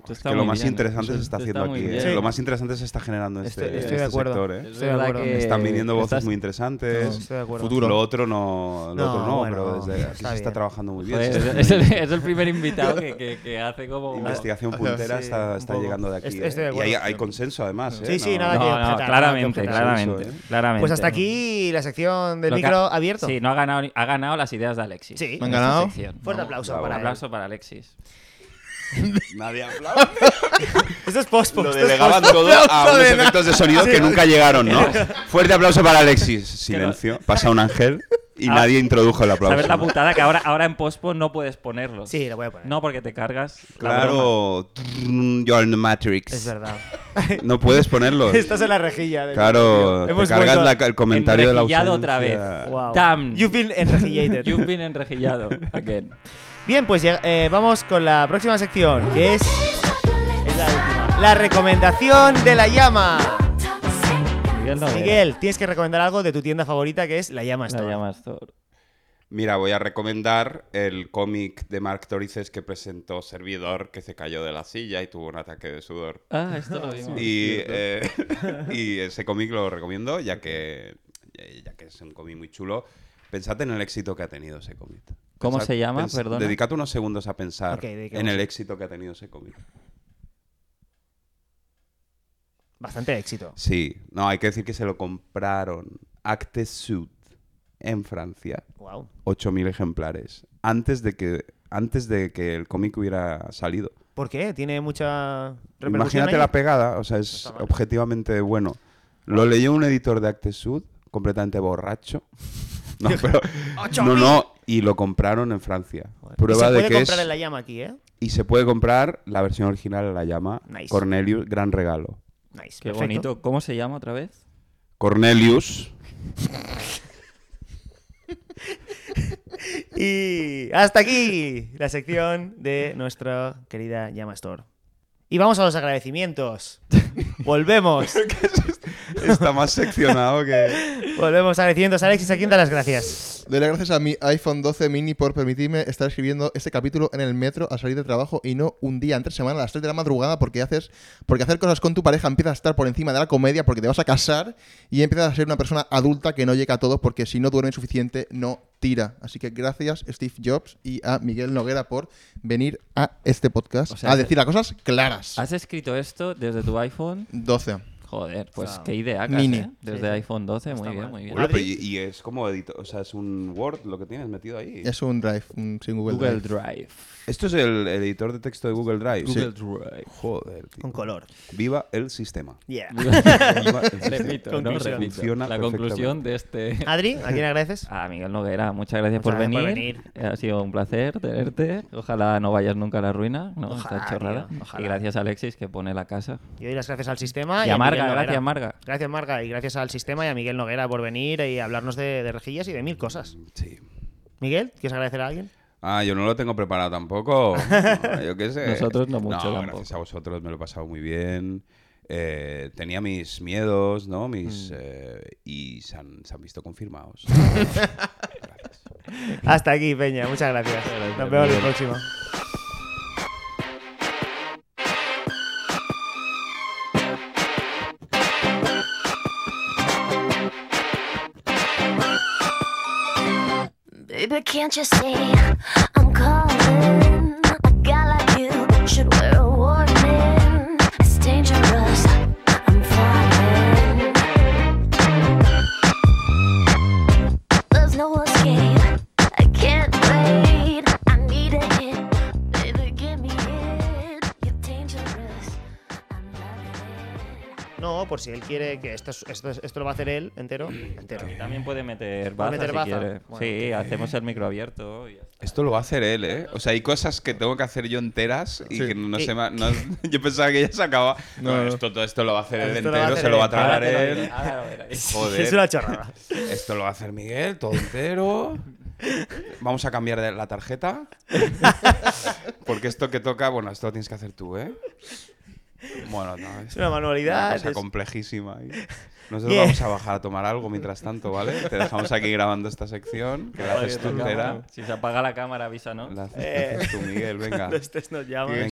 Esto
Es
está
que lo
muy
más
bien, ¿eh?
interesante se está
Esto
haciendo
muy
aquí. ¿eh?
bien.
Lo más interesante se está generando en este,
Estoy-
estoy
este
de acuerdo.
sector. ¿eh?
Es
Estoy de
verdad
acuerdo.
que
Están viniendo voces
estás-
muy interesantes.
Estoy de acuerdo.
Futuro.
Lo otro no, lo
No,
otro no
bueno,
pero desde aquí
está
se está
bien. Pues,
trabajando muy bien.
Joder,
Se está-
Pues, es, el, es el primer invitado que, que- que hace como...
Investigación puntera
Sí,
está,
un
está
poco.
llegando de aquí.
Estoy- estoy de
¿eh? Y hay,
acuerdo.
hay consenso, además. ¿eh?
Sí, sí,
No-
nada
No,
que
no,
objetar, nada que
claramente,
objetar.
claramente,
Eso, ¿eh?
claramente.
Pues hasta aquí la sección del
Lo que ha-
micro abierto.
Sí, no ha ganado, ni- ha ganado las ideas de Alexis.
Sí.
Me han ganado.
Esta sección.
Fuerte aplauso
bravo.
Un
para él.
aplauso para Alexis.
Nadie aplaude.
Pues Esto es post
Lo delegaban todo a unos efectos de sonido que nunca llegaron, ¿no? Fuerte aplauso para Alexis. Silencio. Pasa un ángel y
Ah.
nadie introdujo el aplauso.
¿Sabes la
¿no?
putada que ahora, ahora en pospo no puedes ponerlo?
Sí, lo voy a poner.
No, porque te cargas. la broma.
Claro, You're in the Matrix.
Es verdad.
No puedes ponerlo.
Estás en la rejilla. del-
Claro, te
Hemos
cargas
vuelto-
la- el comentario de la ausencia.
Enrejillado otra vez.
Wow.
Damn.
You've been enrejillated.
You've been enrejillado. Again.
Bien, pues llega- eh, vamos con la próxima sección, que es, es la última. La recomendación de la llama.
Miguel, no
Miguel, tienes que recomendar algo de tu tienda favorita, que es la llama
La
Store.
llamas Thor.
Mira, voy a recomendar el cómic de Mark Torices que presentó Servidor, que se cayó de la silla y tuvo un ataque de sudor.
Ah, esto lo vimos.
Y, eh, y ese cómic lo recomiendo, ya que, ya que es un cómic muy chulo. Pensad en el éxito que ha tenido ese cómic.
¿Cómo
Pensad-
se llama?
pens-
Perdona.
Dedicad unos segundos a pensar
Ok, dediquemos.
en el éxito que ha tenido ese cómic.
Bastante éxito.
Sí, no, hay que decir que se lo compraron Actes Sud en Francia,
Wow.
8.000 ejemplares, antes de que, antes de que el cómic hubiera salido.
¿Por qué? Tiene mucha repercusión.
Imagínate
ahí?
la pegada, o sea, es
está mal. Ah.
objetivamente bueno. Lo leyó un editor de Actes Sud, completamente borracho, No, pero. No, no, y lo compraron en Francia. Prueba
se
de
puede
que es.
comprar en la llama aquí, ¿eh?
Y se puede comprar la versión original de la llama.
Nice.
Cornelius, gran regalo.
Nice.
Qué
perfecto.
bonito. ¿Cómo se llama otra vez?
Cornelius.
Y hasta aquí la sección de nuestra querida Llama Store. Y vamos a los agradecimientos. Volvemos.
Está más seccionado que.
Volvemos agradeciendo. Alexis, ¿a quién da las gracias?
Doy las gracias a mi iPhone 12 mini por permitirme estar escribiendo este capítulo en el metro al salir de trabajo y no un día entre semana a las 3 de la madrugada porque haces porque hacer cosas con tu pareja empieza a estar por encima de la comedia porque te vas a casar y empiezas a ser una persona adulta que no llega a todo porque si no duerme suficiente no tira. Así que gracias Steve Jobs y a Miguel Noguera por venir a este podcast
O sea,
a decir las cosas claras.
¿Has escrito esto desde tu iPhone?
12.
Joder, pues
Wow.
qué idea,
Mini.
Desde
Sí, sí.
iPhone 12, muy
está
bien,
mal.
muy bien.
Bueno,
pero y, y es como editor. O sea, es un Word lo que tienes metido ahí.
Es un drive, un, sin Google,
Google
Drive.
Drive.
Esto es el, el editor de texto de Google Drive.
Google
Drive. Joder, tío.
Con color.
Viva el sistema.
Yeah.
Viva el sistema.
Repito, no
Conclusión.
repito.
Funciona
La conclusión de este...
Adri, ¿a quién agradeces?
A Miguel Noguera, muchas gracias,
Ah. Muchas
por,
gracias por
venir. Ha sido un placer tenerte. Ojalá no vayas nunca a la ruina, ¿no? Esta
Ojalá,
chorrada.
tío, ojalá. Ah,
Y gracias a Alexis que pone la casa.
Y doy las gracias al sistema.
Y a Marga,
Miguel Noguera.
gracias, Marga.
Gracias, Marga. Y gracias al sistema y a Miguel Noguera por venir y hablarnos de, de rejillas y de mil cosas.
Sí.
Miguel, ¿quieres agradecer a alguien?
Ah, yo no lo tengo preparado tampoco. No, yo qué sé.
Nosotros no mucho tampoco.
gracias a vosotros me lo he pasado muy bien. Eh, tenía mis miedos, ¿no?
Mm.
Mis, eh, y se han, se han visto confirmados. Gracias.
Hasta aquí, Peña. Muchas gracias. Nos vemos en el próximo.
Baby, can't you see I'm calling? A guy like you should wear a warning. It's dangerous. I'm falling. There's no escape. I can't wait. I need a hit. Baby, give me it. You're dangerous. I'm loving it.
No, por si él quiere que esto, es- esto, es- esto lo va a hacer él entero. Entero.
También puede meter
¿Puede
baza
meter
si
baza?
quiere.
Bueno.
sí, hacemos el micro abierto. y ya está.
Esto lo va a hacer él, ¿eh? O sea, hay cosas que tengo que hacer yo enteras y
Sí.
que no
Y-
se me... no- yo pensaba que ya se acababa.
No,
No,
no.
Esto, todo esto lo va a hacer él
Esto lo
entero,
va a hacer
se lo va a
él.
tragar
Ahora te lo
él.
diré, ahora lo verás.
Joder.
Es una chorrada.
Esto lo va a hacer Miguel, todo entero. Vamos a cambiar de- la tarjeta. Porque esto que toca, bueno, esto lo tienes que hacer tú, ¿eh? Bueno, no,
Es una manualidad.
Una cosa
es-
complejísima. ahí. Nosotros
Bien.
vamos a bajar a tomar algo mientras tanto, ¿vale? Te dejamos aquí grabando esta sección, que la haces tú entera.
Si se apaga la cámara, avísanos.
Eh,
La haces, la haces tú, Miguel, venga.
Cuando estés nos llamas.
Venga,